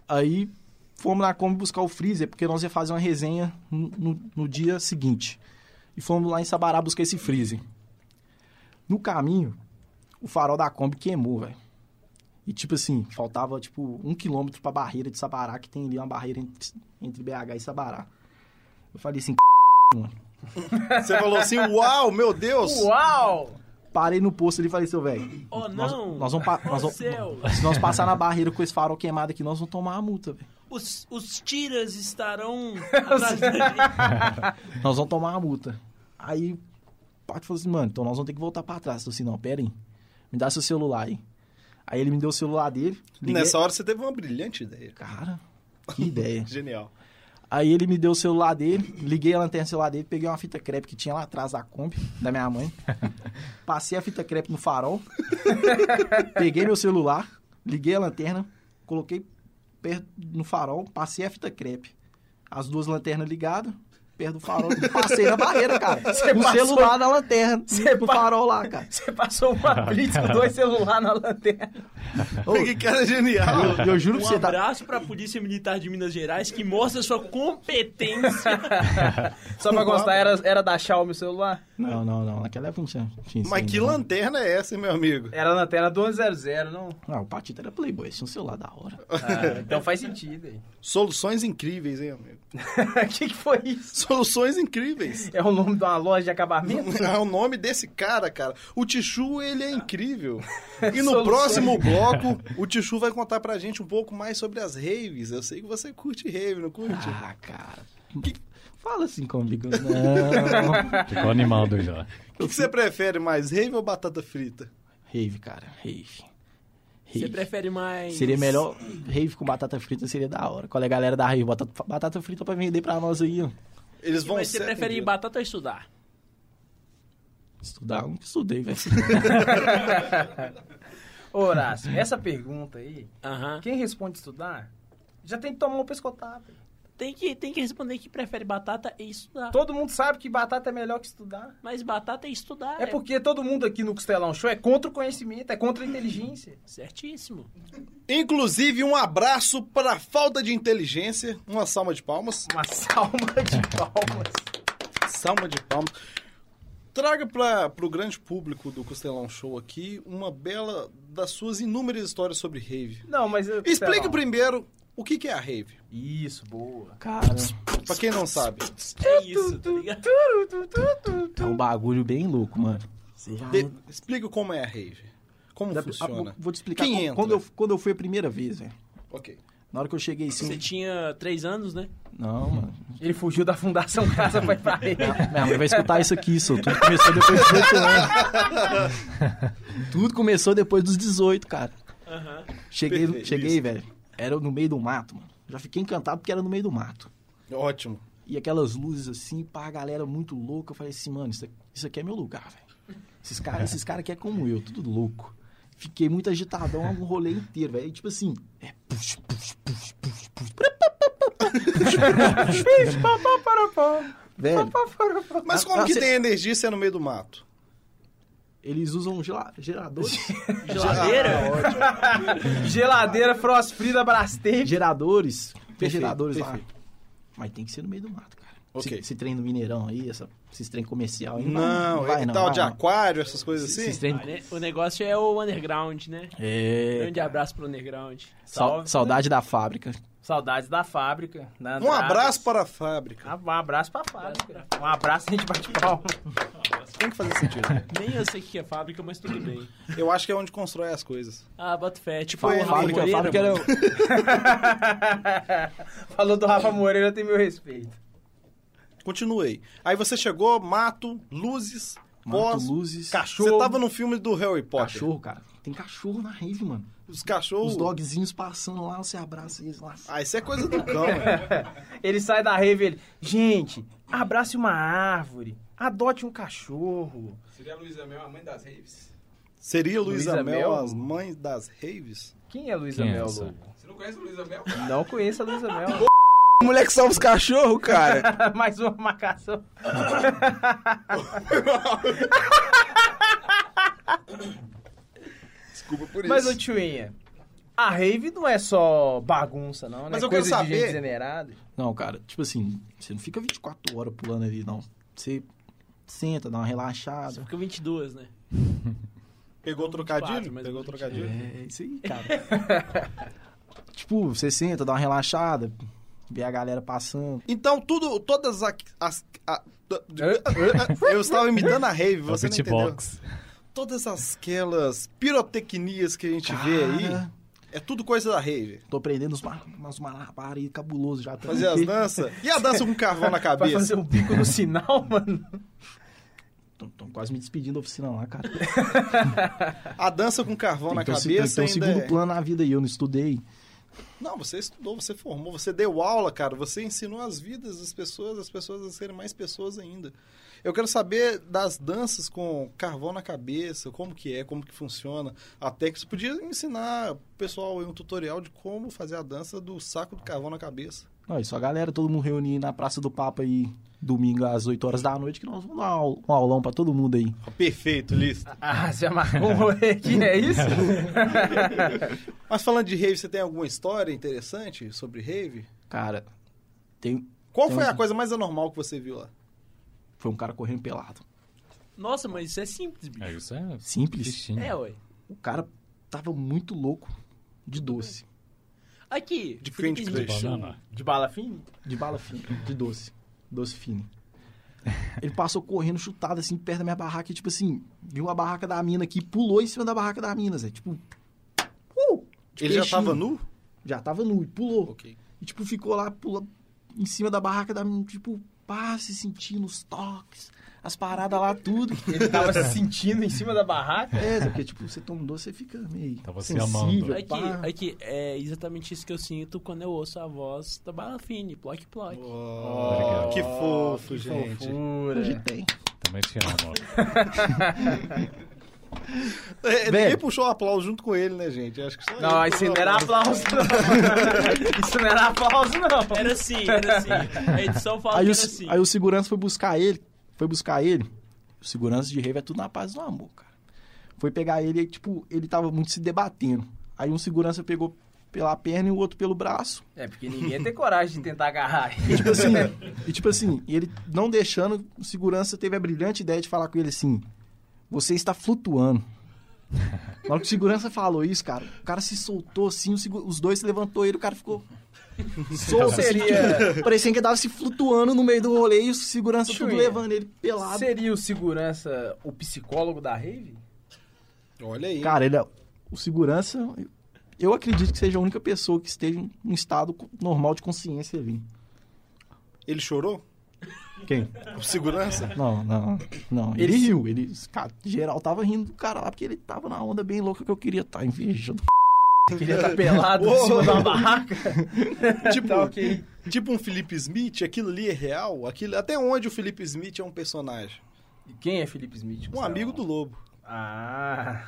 Aí fomos na Kombi buscar o freezer, porque nós ia fazer uma resenha no, no- no dia seguinte. E fomos lá em Sabará buscar esse freezer. No caminho, o farol da Kombi queimou, velho. E tipo assim, faltava tipo um quilômetro pra barreira de Sabará, que tem ali uma barreira entre, entre BH e Sabará. Eu falei assim,
Você falou assim: Uau, meu Deus!
Uau!
parei no posto ali e falei, seu velho,
Oh,
nós,
não!
nós vamos, pa-
Oh,
nós vamos-
céu!
Se nós passar na barreira com esse farol queimado aqui, nós vamos tomar a multa, velho.
Os, os tiras estarão atrás da gente.
Nós vamos tomar a multa. Aí o Pato falou assim, mano, então nós vamos ter que voltar pra trás. Eu falei assim, não, pera aí. Me dá seu celular aí. Aí ele me deu o celular dele. liguei-
Nessa hora você teve uma brilhante ideia.
Cara, que ideia.
Genial.
Aí ele me deu o celular dele, liguei a lanterna do celular dele, peguei uma fita crepe que tinha lá atrás da Kombi, da minha mãe. Passei a fita crepe no farol, peguei meu celular, liguei a lanterna, coloquei perto no farol, passei a fita crepe. As duas lanternas ligadas, perto do farol. Eu Passei na barreira, cara.
Você
Com o
passou-
celular na lanterna.
Você
pro
pa-
farol lá, cara.
Você passou uma blitz com dois celulares na lanterna.
Ô,
Que cara genial.
eu, eu juro pra
Um
você, tá,
abraço pra Polícia Militar de Minas Gerais que mostra sua competência.
Só pra constar, era, era da Xiaomi o celular?
Não, não, não. Naquela época não tinha. tinha isso
Mas
ainda,
que
não.
lanterna é essa, meu amigo?
Era na lanterna do 100, não?
Não, o Patito era Playboy, tinha um celular da hora.
Ah, então faz sentido aí.
Soluções incríveis, hein, amigo?
O que, que foi isso?
Soluções incríveis.
É o nome de uma loja de acabamento?
É o nome desse cara, cara. O Tichu, ele é incrível. E no
Soluções.
próximo bloco, o Tichu vai contar pra gente um pouco mais sobre as raves. Eu sei que você curte rave, não curte?
Ah, cara. Fala assim comigo. Não.
Ficou animal do Jorge.
o que você prefere mais, rave ou batata frita?
Rave, cara. Rave.
Você
Rave.
prefere mais.
Seria melhor rave com batata frita, seria da hora. Qual é a galera da rave? Bota batata frita pra vender pra nós aí, ó.
Eles vão
Mas você
ser
prefere ir
atendidos.
batata ou estudar?
Estudar, eu nunca estudei, velho.
Ô, Horácio, essa pergunta aí,
Aham.
quem responde estudar, já tem que tomar um pescotapa.
Tem, que, tem que responder que prefere batata e estudar.
Todo mundo sabe que batata é melhor que estudar.
Mas batata e estudar.
É porque todo mundo aqui no Costelão Show é contra o conhecimento, é contra a inteligência.
Certíssimo.
Inclusive, um abraço pra falta de inteligência. Uma salva de palmas.
Uma salva de palmas.
Salva de palmas. Traga para o grande público do Costelão Show aqui uma bela das suas inúmeras histórias sobre rave.
Não, mas... eu-
Explique
Costelão.
primeiro o que, que é a rave.
Isso, boa.
Cara,
Pra quem não sabe,
É isso, tá ligado?
é um bagulho bem louco, mano. Você já
de- explica como é a rave. Como
Já-
funciona.
ah, vou te explicar.
Quem
Quando-
entra?
Quando, eu, quando eu fui a primeira vez, velho.
Ok.
Na hora que eu cheguei
Você
assim.
tinha três anos, né?
Não, mano.
Ele fugiu da Fundação Casa pra ir pra ele.
Minha mãe vai escutar isso aqui, isso. Tudo começou depois dos 18 anos. Tudo começou depois dos 18, cara. Cheguei,
Perfeito.
cheguei velho. Era no meio do mato, mano. Já fiquei encantado porque era no meio do mato.
Ótimo.
E aquelas luzes assim, pá, a galera muito louca. Eu falei assim, mano, isso, isso aqui é meu lugar, velho. Esses caras esses cara aqui é como eu, tudo louco. Fiquei muito agitadão um rolê inteiro, velho. E, Tipo assim, é puxa, puxa, puxa, puxa, puxa.
É.
Velho,
Mas
Ah,
como
ah,
que
cê-
tem energia se é no meio do mato?
eles usam gela- geradores,
Geladeira?
Geladeira, frost free da Brastemp.
geradores, tem
Perfeito,
geradores lá.
perfeito.
Mas tem que ser no meio do mato, cara.
Ok.
Esse, esse trem do Mineirão aí, essa, esses trem comercial aí.
Não,
vai,
é
não,
tal
vai,
de
não.
aquário, essas coisas
Esses-
assim?
Esses trem...
Ah, né? o negócio é o underground, né?
É,
Grande abraço pro underground.
Sau-
né?
Salve.
saudade da fábrica.
Saudades da fábrica. na
Um
Andradas.
abraço para a fábrica.
Ah, Um abraço pra fábrica. Um abraço, a gente bate palma.
Tem que fazer sentido. né?
Nem eu sei o que é fábrica, mas tudo bem.
Eu acho que é onde constrói as coisas.
Ah, bota fé. Tipo,
Fá-
o Rafa
fábrica,
Moreira,
fábrica
mano.
era,
Falou do Rafa Moreira, tem meu respeito.
Continuei. Aí você chegou, mato, luzes,
Mato,
pós,
luzes.
Cachorro. Você tava num filme do Harry Potter.
Cachorro, cara. Tem cachorro na rave, mano.
Os cachorros.
Os dogzinhos passando lá, você abraça eles lá.
Ah, isso é coisa do cão, né?
Ele sai da rave, ele... Gente, abrace uma árvore. Adote um cachorro.
Seria a Luísa Mel, a mãe das raves.
Seria Luísa
Luísa
Mel,
Mel?
as mães das raves?
Quem é a Luísa
Quem é
Mel,
essa?
louco?
Você não conhece a Luísa Mel?
Não conheço a Luísa Mel.
O moleque salva É os cachorros, cara.
Mais uma marcação.
Desculpa por
Mas, ô
isso.
Tchuinha, a rave não é só bagunça, não, né?
Mas eu
Coisa
quero
de gente
saber-
degenerada.
Não, cara, tipo assim, você não fica 24 horas pulando ali, não. Você senta, dá uma relaxada.
Fica 22, né?
Pegou o trocadilho?
Quatro, mas
Pegou o
eu vou
trocadilho?
É isso aí, cara. tipo, você senta, dá uma relaxada, vê a galera passando.
Então, tudo, todas as... as- a- eu estava imitando a rave, você não entendeu.
Beatbox.
Todas aquelas pirotecnias que a gente vê aí,
Cara,
é tudo coisa da rave.
Tô aprendendo uns, mar... umas malabares aí cabulosos já.
Fazer as danças. E a dança com carvão na
Pra
cabeça?
fazer um bico no sinal, mano.
Tô, tô quase me despedindo da oficina lá, cara.
A dança com carvão na
Então, se-
cabeça
então,
ainda
segundo
é-
plano na vida aí, eu não estudei.
Não, você estudou, você formou, você deu aula, cara. Você ensinou as vidas das pessoas, as pessoas a serem mais pessoas ainda. Eu quero saber das danças com carvão na cabeça, como que é, como que funciona. Até que você podia ensinar o pessoal em um tutorial de como fazer a dança do saco do carvão na cabeça.
Não, isso, a galera, todo mundo reunir na Praça do Papa aí, domingo às 8 horas da noite, que nós vamos dar um au- um aulão pra todo mundo aí.
Perfeito, lista.
Ah, você já marcou um rolê aqui, é isso?
Mas falando de rave, você tem alguma história interessante sobre rave?
Cara, tem,
Qual
Tem
foi a
uns-
coisa mais anormal que você viu lá?
foi um cara correndo pelado.
Nossa, mas isso é simples, bicho.
É, isso é
Simples.
fichinha.
É, ué.
O cara tava muito louco de doce.
Aqui.
De
Felipe
Candy Crush.
Gibson.
Tipo, Banana.
De bala fina?
De bala fina, de doce. Doce fino. Ele passou correndo, chutado, assim, perto da minha barraca, e, tipo assim, viu a barraca da mina aqui, pulou em cima da barraca da mina, Zé. Tipo. Uh, de
Ele já
peixinho.
tava nu?
Já tava nu e pulou.
Ok.
E, tipo, ficou lá, pulou em cima da barraca da mina, tipo, pá, se sentindo os toques, as paradas lá, tudo.
Ele tava se sentindo em cima da barraca?
É, Zé, porque, tipo, você toma um doce, você fica meio.
Tava se amando.
sensível, pá.
Aqui, aqui, é exatamente isso que eu sinto quando eu ouço a voz da Balafine, ploc ploc.
Oh, que fofo, gente.
é.
Hoje
Fofura.
tem.
Também te amo.
É, ninguém
Velho.
puxou o aplauso junto com ele, né, gente? Acho que só
Não,
ele
isso não
puxou
era
o aplauso.
aplauso, não. Isso não era aplauso, não.
Era assim, era assim. A edição fala
Aí
que
o,
era assim.
aí o segurança foi buscar ele. Foi buscar ele. O segurança de rave é tudo na paz do amor, cara. Foi pegar ele e, tipo, ele tava muito se debatendo. Aí um segurança pegou pela perna e o outro pelo braço.
É, porque ninguém tem coragem de tentar agarrar.
E tipo assim, e tipo assim, e ele não deixando, o segurança teve a brilhante ideia de falar com ele assim: Você está flutuando. Na hora que o segurança falou isso, cara, o cara se soltou assim, o segu- os dois se levantou ele, o cara ficou.
Ou
Solto, assim,
seria,
parecendo que tava se flutuando no meio do rolê e o segurança tudo
Chuinha.
levando ele pelado.
seria o segurança o psicólogo da rave?
Olha aí.
Cara, ele é... o segurança, eu acredito que seja a única pessoa que esteja em um estado co- normal de consciência ali.
Ele chorou?
Quem?
Com segurança?
Não, não, não. Ele,
Ele-
riu. Ele, cara, geral tava rindo do cara lá porque ele tava na onda bem louca que eu queria estar, tá, inveja do
Queria estar pelado em cima da barraca?
tipo,
Tá ok.
tipo um Felipe Smith, aquilo ali é real? Aquilo, até onde o Felipe Smith é um personagem?
E quem é Felipe Smith?
Um
Gustavo?
amigo do Lobo.
Ah.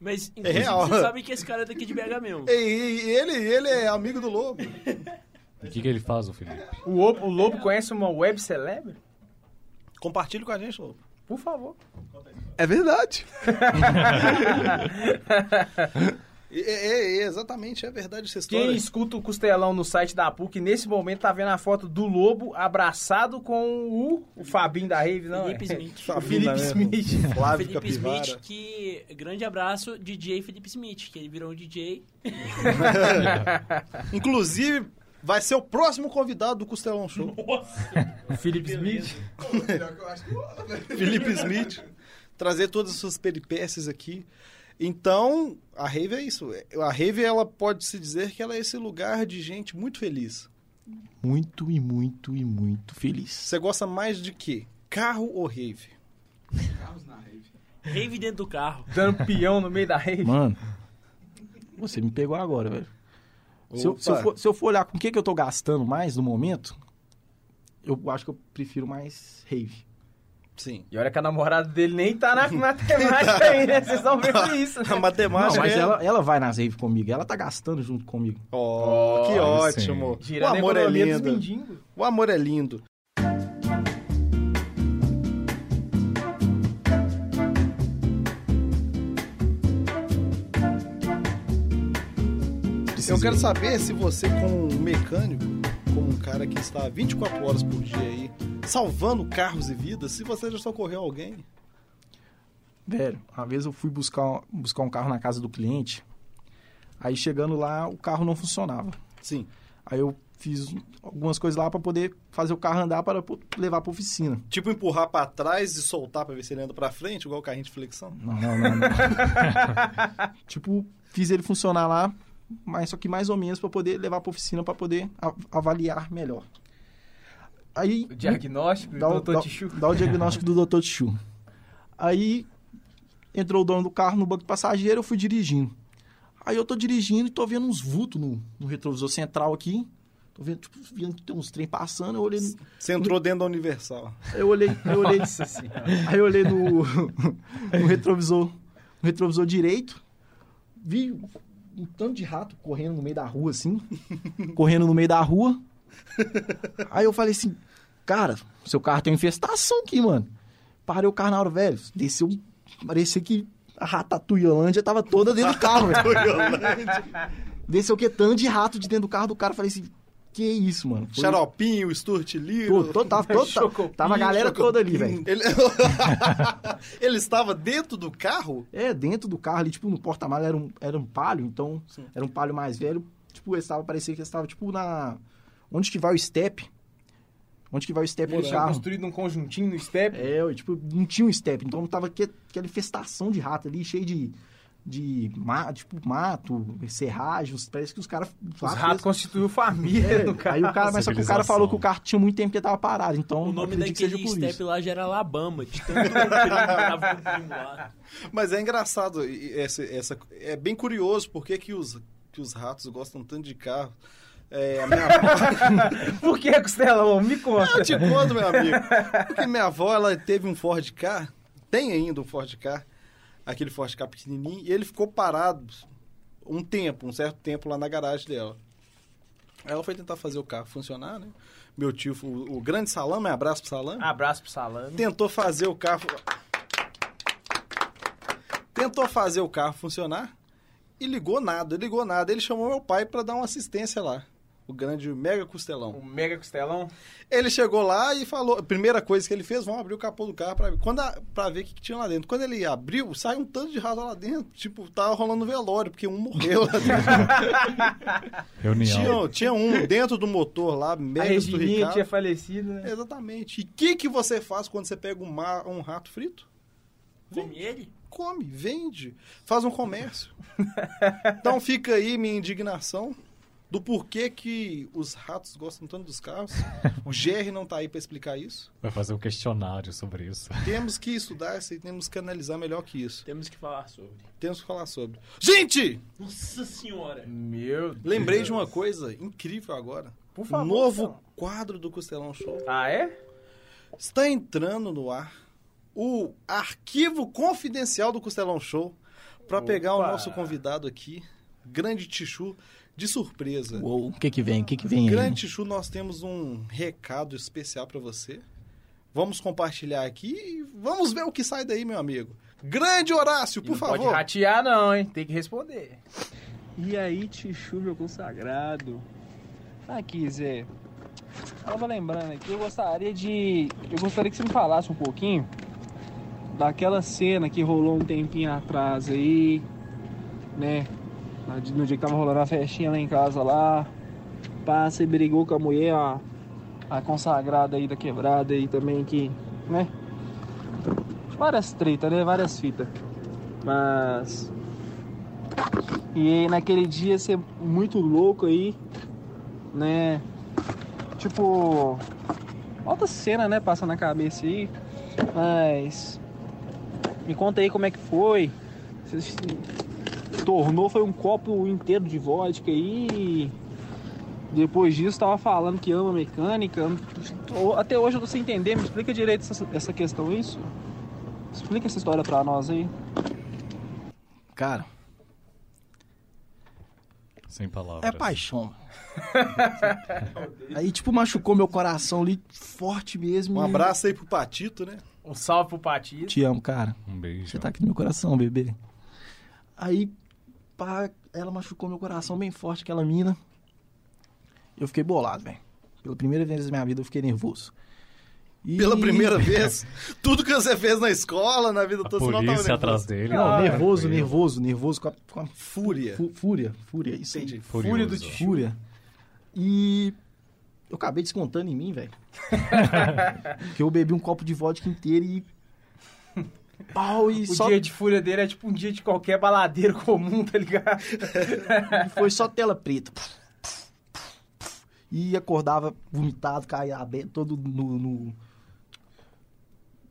Mas, inclusive,
real.
vocês sabem que esse cara é daqui de BH mesmo.
E, e- ele, ele é amigo do Lobo.
E o que, que ele faz, o Felipe?
O Lobo, o Lobo conhece uma web celebre?
Compartilha com a gente, Lobo.
Por favor.
É verdade.
É, é- é, exatamente, é verdade essa história.
Quem escuta o Costelão no site da PUC, nesse momento tá vendo a foto do Lobo abraçado com o, o Fabinho da Rave, não?
Felipe
é?
Smith.
O Felipe Smith.
Flávio
Felipe
Capivara.
Smith, que. Grande abraço, DJ Felipe Smith, que ele virou um DJ.
Inclusive, vai ser o próximo convidado do Costelão Show.
O Felipe Smith.
Felipe Smith. Trazer todas as suas peripécias aqui. Então, a rave é isso. A rave, ela pode se dizer que ela é esse lugar de gente muito feliz.
Muito e muito e muito feliz.
Você gosta mais de quê? Carro ou rave?
Rave dentro do carro.
Dando peão no meio da rave.
Mano, você me pegou agora, velho. Se eu,
Opa.
se eu for, se eu for olhar com o que, que eu tô gastando mais no momento, eu acho que eu prefiro mais rave.
Sim.
E olha que a namorada dele nem tá na matemática aí, né? Vocês estão vendo isso,
A
né?
matemática
Não, mas
é-
ela, ela vai nas rave comigo, ela tá gastando junto comigo.
Oh, que
Olha, sim.
ótimo. O
Girando a
amor é
economia dos
lindo.
mendigos.
O amor é lindo. Eu quero saber se você, como um mecânico, como um cara que está 24 horas por dia aí, salvando carros e vidas, se você já socorreu alguém.
Velho, uma vez eu fui buscar, buscar um carro na casa do cliente. Aí chegando lá, o carro não funcionava.
Sim.
Aí eu fiz algumas coisas lá pra poder fazer o carro andar para po- levar pra oficina.
Tipo empurrar pra trás e soltar pra ver se ele anda pra frente, igual o carrinho de flexão.
Não, não, não. não. tipo, fiz ele funcionar lá, mas só que mais ou menos pra poder levar pra oficina pra poder a- avaliar melhor. Aí
O diagnóstico
um-
dá o,
do Dr.
dá-
Tichu.
dá o diagnóstico do Dr. Tichu. Aí entrou o dono do carro no banco de passageiro, eu fui dirigindo. Aí eu tô dirigindo e tô vendo uns vultos no, no retrovisor central aqui. Tô vendo, tipo, vendo que tem uns trem passando, eu olhei, no-
Você entrou dentro da Universal.
eu olhei, eu olhei, assim,
Nossa senhora.
aí eu olhei no, no retrovisor, no retrovisor direito, vi um tanto de rato correndo no meio da rua assim, correndo no meio da rua. Aí eu falei assim, cara, seu carro tem uma infestação aqui, mano. Parei o carro na hora, velho. Desceu, parecia que a Ratatouilândia tava toda dentro do carro, velho. Desceu que tanto de rato de dentro do carro do cara. Eu falei assim, que isso, mano. Foi-
Xaropinho, Stuart
Pô,
Little.
todo, tava, todo-
Chocopinho,
tava a galera toda ali, velho.
Ele... ele estava dentro do carro?
É, dentro do carro ali, tipo, no porta-malas era um, era um palio, então era um palio mais velho. Tipo, eles tava, parecia que eles estavam, tipo, na. Onde que vai o step? Onde que vai o step
Ele
do
tinha
carro?
construído um conjuntinho no step.
É, eu, tipo, não tinha um step, então tava que, aquela infestação de rato ali, cheio de. de ma, tipo, mato, serragem, parece que os caras.
Os ratos constituíram família
É,
do cara.
aí o cara, mas só que o cara
Civilização.
falou que o carro tinha muito tempo que ele tava parado, então
O nome
acredito que seja
daquele
por
é
step
isso.
lá já era Alabama, de tanto que ele tava com o primo lá.
Mas é engraçado, e- e essa, essa- é bem curioso porque que os, que os ratos gostam tanto de carro. É, a minha avó,
Por que, Costelão? Me conta.
eu te conto, meu amigo. Porque minha avó, ela teve um Ford K, tem ainda um Ford K, aquele Ford K pequenininho, e ele ficou parado um tempo, um certo tempo lá na garagem dela. Aí Ela foi tentar fazer o carro funcionar, né? Meu tio, o, o grande salame, um abraço pro salame.
Abraço pro salame.
tentou fazer o carro. Tentou fazer o carro funcionar e ligou nada, ligou nada. Ele chamou meu pai pra dar uma assistência lá. O grande mega
O
costelão.
mega costelão.
Ele chegou lá e falou: a primeira coisa que ele fez, vamos abrir o capô do carro pra ver, quando a- pra ver o que, que tinha lá dentro. Quando ele abriu, saiu um tanto de rato lá dentro. Tipo, tava rolando velório, porque um morreu lá dentro.
Reunião.
tinha, tinha um dentro do motor lá,
A
mega do
Regininha
Ricardo.
tinha falecido, né?
É. Exatamente. E o que, que você faz quando você pega um, ma- um rato frito?
Come ele?
come, vende, faz um comércio. então fica aí minha indignação do porquê que os ratos gostam tanto dos carros. O GR não tá aí para explicar isso.
Vai fazer um questionário sobre isso.
Temos que estudar isso aí, temos que analisar melhor que isso.
Temos que falar sobre.
Temos que falar sobre. Gente,
Nossa senhora!
Meu Deus.
lembrei de uma coisa incrível agora.
Por
O
favor.
novo
Costelão.
quadro do Costelão Show
Ah, é?
está entrando no ar o arquivo confidencial do Costelão Show para pegar o
Opa.
nosso convidado aqui, grande Tichu, de surpresa.
Uou, o que que vem? O que que vem aí?
Grande Chu, nós temos um recado especial pra você. Vamos compartilhar aqui e vamos ver o que sai daí, meu amigo. Grande Horácio,
E
por
não Pode
favor.
ratear, não, hein? Tem que responder.
E aí, Tichu, meu consagrado? Aqui, Zé. Eu Tava lembrando aqui, eu gostaria de. Eu gostaria que você me falasse um pouquinho daquela cena que rolou um tempinho atrás aí, né? Na- No dia que tava rolando a festinha lá em casa lá. Pá, você brigou com a mulher, a, a consagrada aí da quebrada aí também, que, né? Várias treta, né? Várias fitas. Mas. E aí, naquele dia ser muito louco aí, né? Tipo, outra cena, né? Passa na cabeça aí. Mas me conta aí como é que foi. Você se tornou, foi um copo inteiro de vodka aí. Depois disso, tava falando que ama mecânica. Ou- Até hoje eu tô sem entender. Me explica direito essa, essa questão, isso? Explica essa história pra nós aí.
Cara,
Sem
É
palavras.
paixão. aí, tipo, machucou meu coração ali forte mesmo.
Um
e-
abraço aí pro Patito, né?
Um salve pro Patito.
Te amo, cara.
Um beijo.
Você tá aqui no meu coração, bebê. Aí, pá, ela machucou meu coração bem forte, aquela mina. Eu fiquei bolado, velho. Pela primeira vez na minha vida eu fiquei nervoso. E-
Pela primeira vez, tudo que você fez na escola, na vida
A
toda, você não tava
polícia
nervoso.
atrás dele.
Não, né? Ah, nervoso,
Ah, Tranquilo.
nervoso, nervoso com a, com a
Fúria.
fu- fúria, fúria, isso aí.
Entendi.
Fúria do
Furioso.
Tichu.
Fúria. E eu acabei descontando em mim, velho. que eu bebi um copo de vodka inteiro e. Pau e
O
só.
dia de fúria dele é tipo um dia de qualquer baladeiro comum, tá ligado?
Foi só tela preta. E acordava vomitado, caía aberto, todo no. no-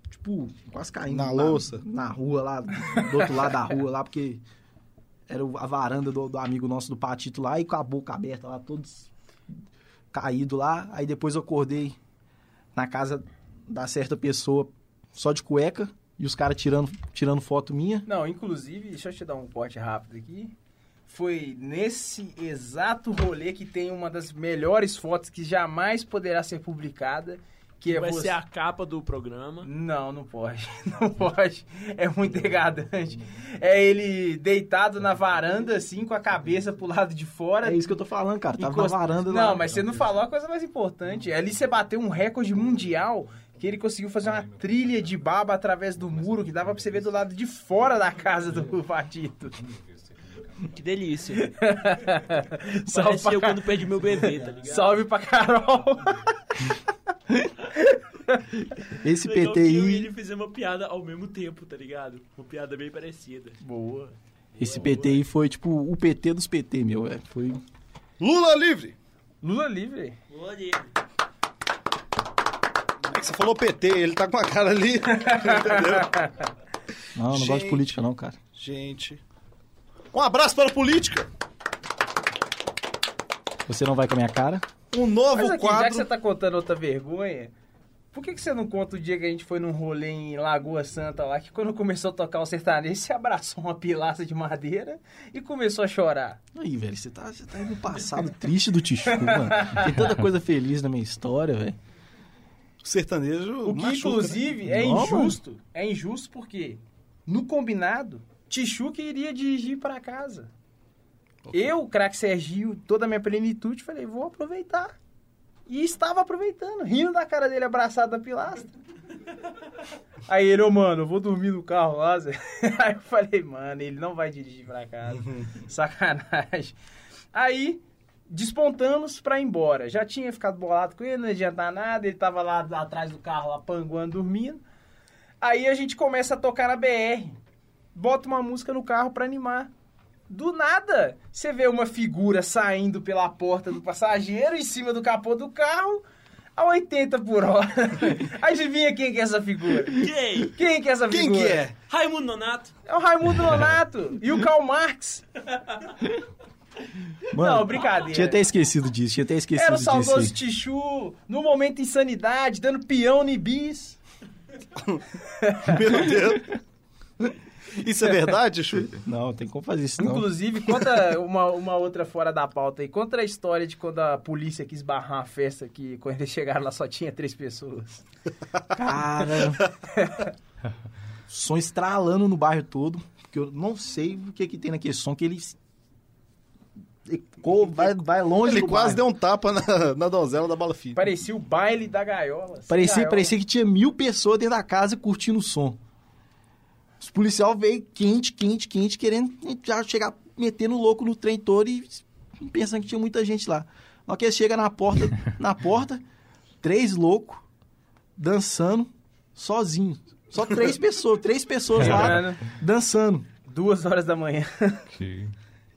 Tipo, quase caindo.
Na
lá,
louça.
Na rua lá, do outro lado da rua lá, porque era o- a varanda do, do amigo nosso do Patito lá e com a boca aberta lá, todos caído lá. Aí depois eu acordei na casa da certa pessoa só de cueca e os caras tirando, tirando foto minha.
Não, inclusive, deixa eu te dar um corte rápido aqui. Foi nesse exato rolê que tem uma das melhores fotos que jamais poderá ser publicada. Que é
Vai
você...
ser a capa do programa.
Não, não pode. Não pode. É muito degradante. É ele deitado na varanda, assim, com a cabeça pro lado de fora.
É isso que eu tô falando, cara. Tava
encost-
na varanda lá.
Não, mas você não falou a coisa mais importante. Ali você bateu um recorde mundial que ele conseguiu fazer uma trilha de baba através do muro que dava pra você ver do lado de fora da casa do partido.
Que delícia.
Salve
Parece
pra,
eu quando perdi meu bebê, tá ligado?
salve pra Carol.
Esse
Legal
PT
que eu e
aí,
ele fizemos uma piada ao mesmo tempo, tá ligado? Uma piada bem parecida.
Boa.
esse PT aí foi tipo o PT dos PT, meu, é. Foi
Lula livre!
Lula livre.
Boa dele.
É que você falou PT, ele tá com a cara ali. Entendeu?
Não, não gosto
Gente.
de política não, cara.
Gente. Um abraço para a política!
Você não vai com a minha cara?
Um novo
Mas aqui, já que
quadro.
você tá contando outra vergonha, por que, que você não conta o dia que a gente foi num rolê em Lagoa Santa lá, que quando começou a tocar o sertanejo, você abraçou uma pilaça de madeira e começou a chorar?
Aí, velho, você tá, você tá indo no passado triste do Tichu, mano. Tem tanta coisa feliz na minha história, velho.
O sertanejo.
O que,
machuca,
inclusive, é
né? Não,
injusto. É injusto porque, no combinado, Tichu que iria dirigir pra casa. Eu, craque Serginho, toda a minha plenitude, falei, vou aproveitar. E estava aproveitando, rindo da cara dele abraçado na pilastra. Aí ele, ô mano, eu vou dormir no carro lá, Zé. Aí eu falei, mano, ele não vai dirigir pra casa. Sacanagem. Aí, despontamos pra ir embora. Já tinha ficado bolado com ele, não adianta nada, ele tava lá lá atrás do carro, lá panguando, dormindo. Aí a gente começa a tocar na BR. Bota uma música no carro pra animar. Do nada, você vê uma figura saindo pela porta do passageiro em cima do capô do carro a 80 por hora. Adivinha quem que é essa figura?
Quem?
Quem que é essa
Quem
figura?
que é?
Raimundo Nonato.
É o Raimundo Nonato e o Karl Marx.
Mano,
Não, brincadeira.
Tinha até esquecido disso, tinha até esquecido
Era o
disso.
saudoso
aí.
Tichu, no momento insanidade, dando peão no bis.
Meu Deus. Isso é verdade, Chu?
Não, tem como fazer isso não.
Inclusive, conta uma, uma outra fora da pauta aí. Conta a história de quando a polícia quis barrar uma festa que quando eles chegaram lá só tinha três pessoas.
Cara. som estralando no bairro todo. Porque eu não sei o que que tem naquele som que ele. Ecoa, vai, vai
é
longe
Ele
do
quase
bairro.
deu um tapa na, na donzela da bala fina.
Parecia o baile da gaiola. sem
Parecia,
gaiola.
parecia que tinha mil pessoas dentro da casa curtindo o som. Os policial veio quente, quente, quente, querendo já chegar metendo louco no trem todo e pensando que tinha muita gente lá. Na hora que eles chegam na porta, na porta, três loucos dançando sozinho. Só três pessoas, três pessoas lá
Lembrando,
dançando.
Duas horas da manhã.
Que...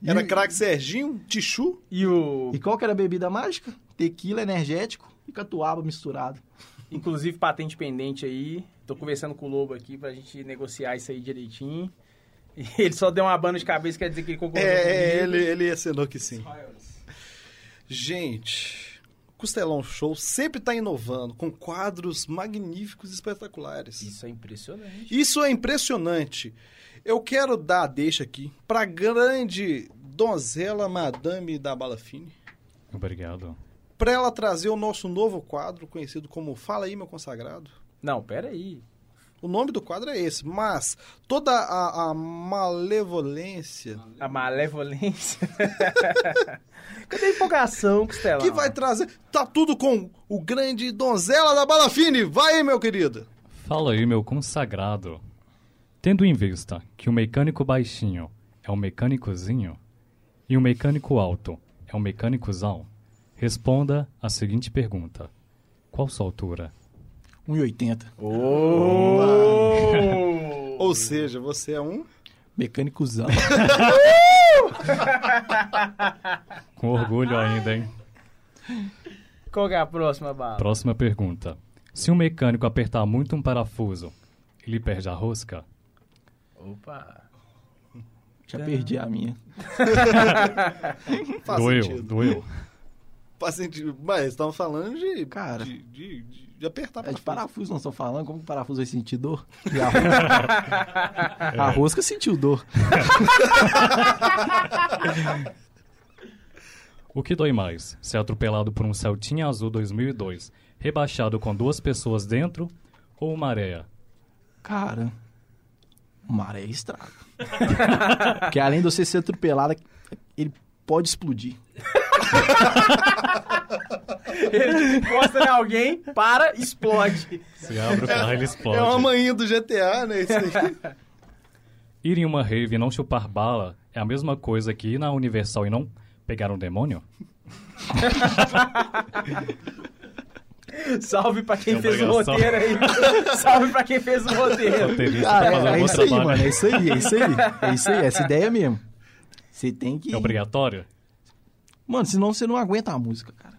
Era craque Serginho, Tichu.
E o.
E qual que era a bebida mágica? Tequila energético e catuaba misturado.
Inclusive, patente pendente aí. Tô conversando com o Lobo aqui pra gente negociar isso aí direitinho. E ele só deu uma banda de cabeça, quer dizer que ele concordou
É, é,
comigo.
ele, ele acenou que sim. Gente, Costelão Show sempre tá inovando com quadros magníficos e espetaculares.
Isso é impressionante.
Isso é impressionante. Eu quero dar a deixa aqui pra grande donzela madame da Balafine,
Obrigado.
pra ela trazer o nosso novo quadro, conhecido como Fala aí, meu consagrado.
Não, peraí.
O nome do quadro é esse, mas toda a, a malevolência
A malevolência. Cadê a empolgação, Costelão?
que vai trazer. Tá tudo com o grande donzela da Balafine. Vai aí, meu querido.
Fala aí, meu consagrado. Tendo em vista que o mecânico baixinho é o mecânicozinho e o mecânico alto é o mecânicozão, responda a seguinte pergunta: Qual sua altura?
1,80.
Oh!
Ou seja, você é um.
Mecânicozão.
Com orgulho ainda, hein?
Qual que é a próxima bala?
Próxima pergunta. Se um mecânico apertar muito um parafuso, ele perde a rosca?
Opa.
Já perdi a minha.
Faz
doeu,
sentido.
doeu.
Paciente, mas estamos falando de,
Cara.
de, de, de- de apertar
É de
parafuso.
parafuso, não estão falando. Como que o parafuso vai sentir dor? E a rosca, a rosca sentiu dor.
O que dói mais? Ser atropelado por um Celtinha Azul 2002, rebaixado com duas pessoas dentro, ou uma areia?
Cara, uma areia estraga. Porque além de você ser atropelado, ele pode explodir.
Ele encosta em alguém, para, explode.
Se abre o carro, ele explode.
É uma manhinha do GTA, né? Isso aí.
Ir em uma rave e não chupar bala é a mesma coisa que ir na Universal e não pegar um demônio?
Salve pra quem
É
fez o
obrigação.
roteiro aí. Salve pra quem fez o roteiro.
Roteirista
Cara,
tá fazendo
é, é
bom
isso aí,
trabalho.
mano. É isso aí, é isso aí. É isso aí, essa ideia mesmo. Você tem que.
É obrigatório?
Mano, senão você não aguenta a música, cara.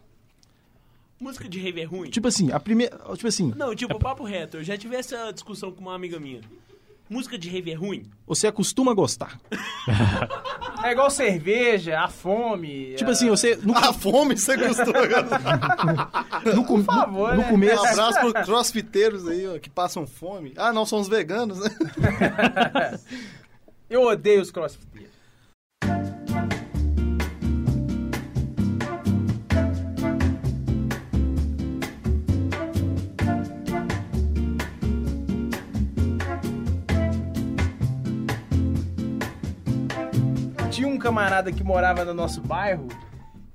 Música de rave é ruim?
Tipo assim, a primeira. Tipo assim,
Não, tipo, papo reto. Eu já tive essa discussão com uma amiga minha. Música de rave é ruim?
você acostuma a gostar.
É igual cerveja, a fome.
Tipo
a-
assim, você. No,
A Ah, fome é você gostou. cara.
no, com-
favor,
no
né?
Um
começo.
abraço pros crossfiteiros aí, ó, que passam fome. Ah, não, são os veganos, né?
Eu odeio os crossfiteiros. Tinha um camarada que morava no nosso bairro.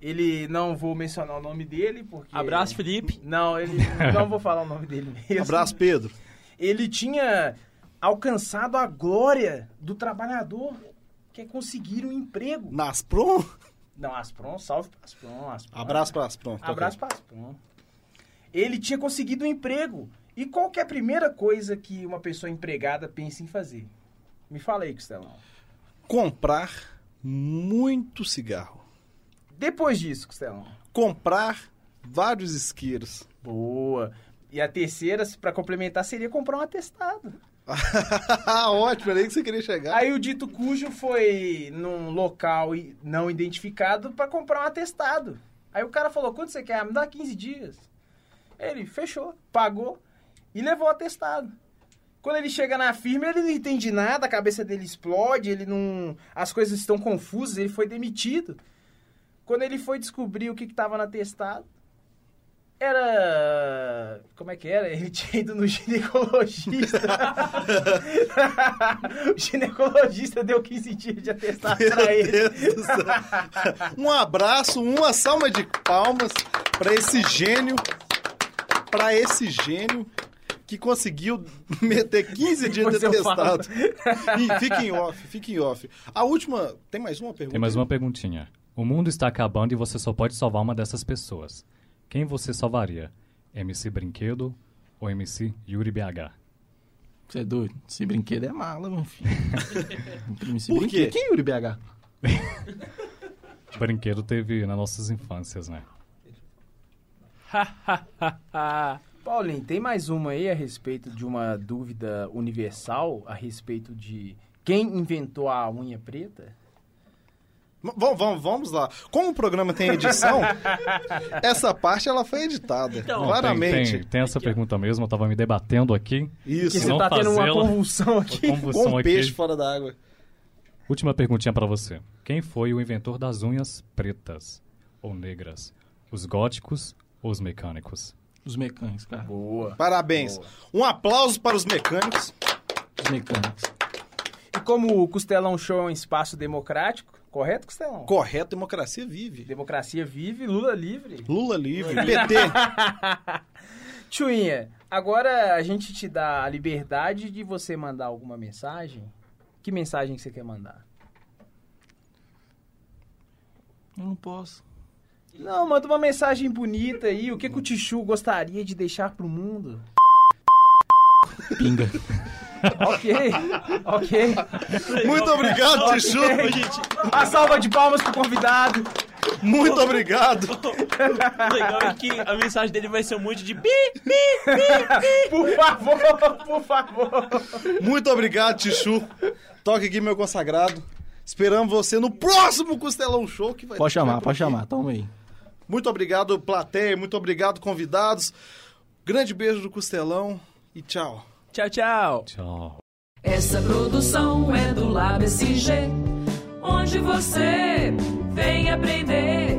Ele não vou mencionar o nome dele porque
Abraço, Felipe.
Não, ele não vou falar o nome dele mesmo
Abraço, Pedro.
ele tinha alcançado a glória do trabalhador, que é conseguir um emprego.
Naspron?
Não, Aspron, salve pra Aspron. Aspron.
Abraço pra tá Aspron.
Abraço pra Aspron. Ele tinha conseguido um emprego. E qual que é a primeira coisa que uma pessoa empregada pensa em fazer? Me fala aí, Costelão.
Comprar muito cigarro.
Depois disso, Costelão.
Comprar vários isqueiros.
Boa. E a terceira, para complementar, seria comprar um atestado.
Ah, Ótimo, era aí que você queria chegar.
Aí o dito cujo foi num local i- não identificado pra comprar um atestado. Aí o cara falou: quanto você quer? Ah, Me dá 15 dias. Ele fechou, pagou e levou o atestado. Quando ele chega na firma, ele não entende nada, a cabeça dele explode, ele não. As coisas estão confusas, ele foi demitido. Quando ele foi descobrir o que estava no atestado, era. Como é que era? Ele tinha ido no ginecologista. o ginecologista deu 15 dias de atestado pra
Meu
ele.
Deus do céu. Um abraço, uma salva de palmas pra esse gênio, pra esse gênio que conseguiu meter 15 dias de
Depois eu falo.
testado. Fiquem off, fiquem off. A última, tem mais uma pergunta?
Tem mais uma perguntinha. O mundo está acabando e você só pode salvar uma dessas pessoas. Quem você salvaria? MC Brinquedo ou MC Yuri BH?
Você é doido? Esse brinquedo é mala, meu filho. Esse
Por
brinquedo-
quê?
Quem é Yuri BH?
Brinquedo teve nas nossas infâncias, né?
Paulinho, tem mais uma aí a respeito de uma dúvida universal a respeito de quem inventou a unha preta?
M- Vamos, vamos, vamos lá. Como o programa tem edição, essa parte ela foi editada,
Então.
Não,
claramente.
Tem, tem, tem essa pergunta mesmo, eu tava me debatendo aqui.
Que
Isso,
não
você tá tendo uma
fazê-la.
convulsão aqui.
Convulsão
com um
aqui.
peixe fora da água.
Última perguntinha pra você. Quem foi o inventor das unhas pretas ou negras? Os góticos ou os mecânicos?
Os mecânicos, cara.
Boa.
Parabéns. Um aplauso para os mecânicos.
Os mecânicos.
E como o Costelão Show é um espaço democrático, correto, Costelão?
Correto, democracia vive.
Democracia vive, Lula livre.
Lula livre, PT.
Chuinha, agora a gente te dá a liberdade de você mandar alguma mensagem. Que mensagem que você quer mandar?
Eu não posso.
Não, manda uma mensagem bonita aí. O que, que o Tichu gostaria de deixar pro mundo?
Pinga.
Ok, ok.
Muito obrigado, Tichu.
A salva de palmas pro convidado.
Muito obrigado.
O legal é que a mensagem dele vai ser um monte de bi, bi.
Por favor, por favor.
Muito obrigado, Tichu. Toque aqui, meu consagrado. Esperamos você no próximo Costelão Show que vai
Pode chamar,
vai por
pode
aqui.
chamar. Toma aí.
Muito obrigado, plateia. Muito obrigado, convidados. Grande beijo do Costelão e tchau.
Tchau, tchau.
Tchau.
Essa produção é do Lab SG, onde você vem aprender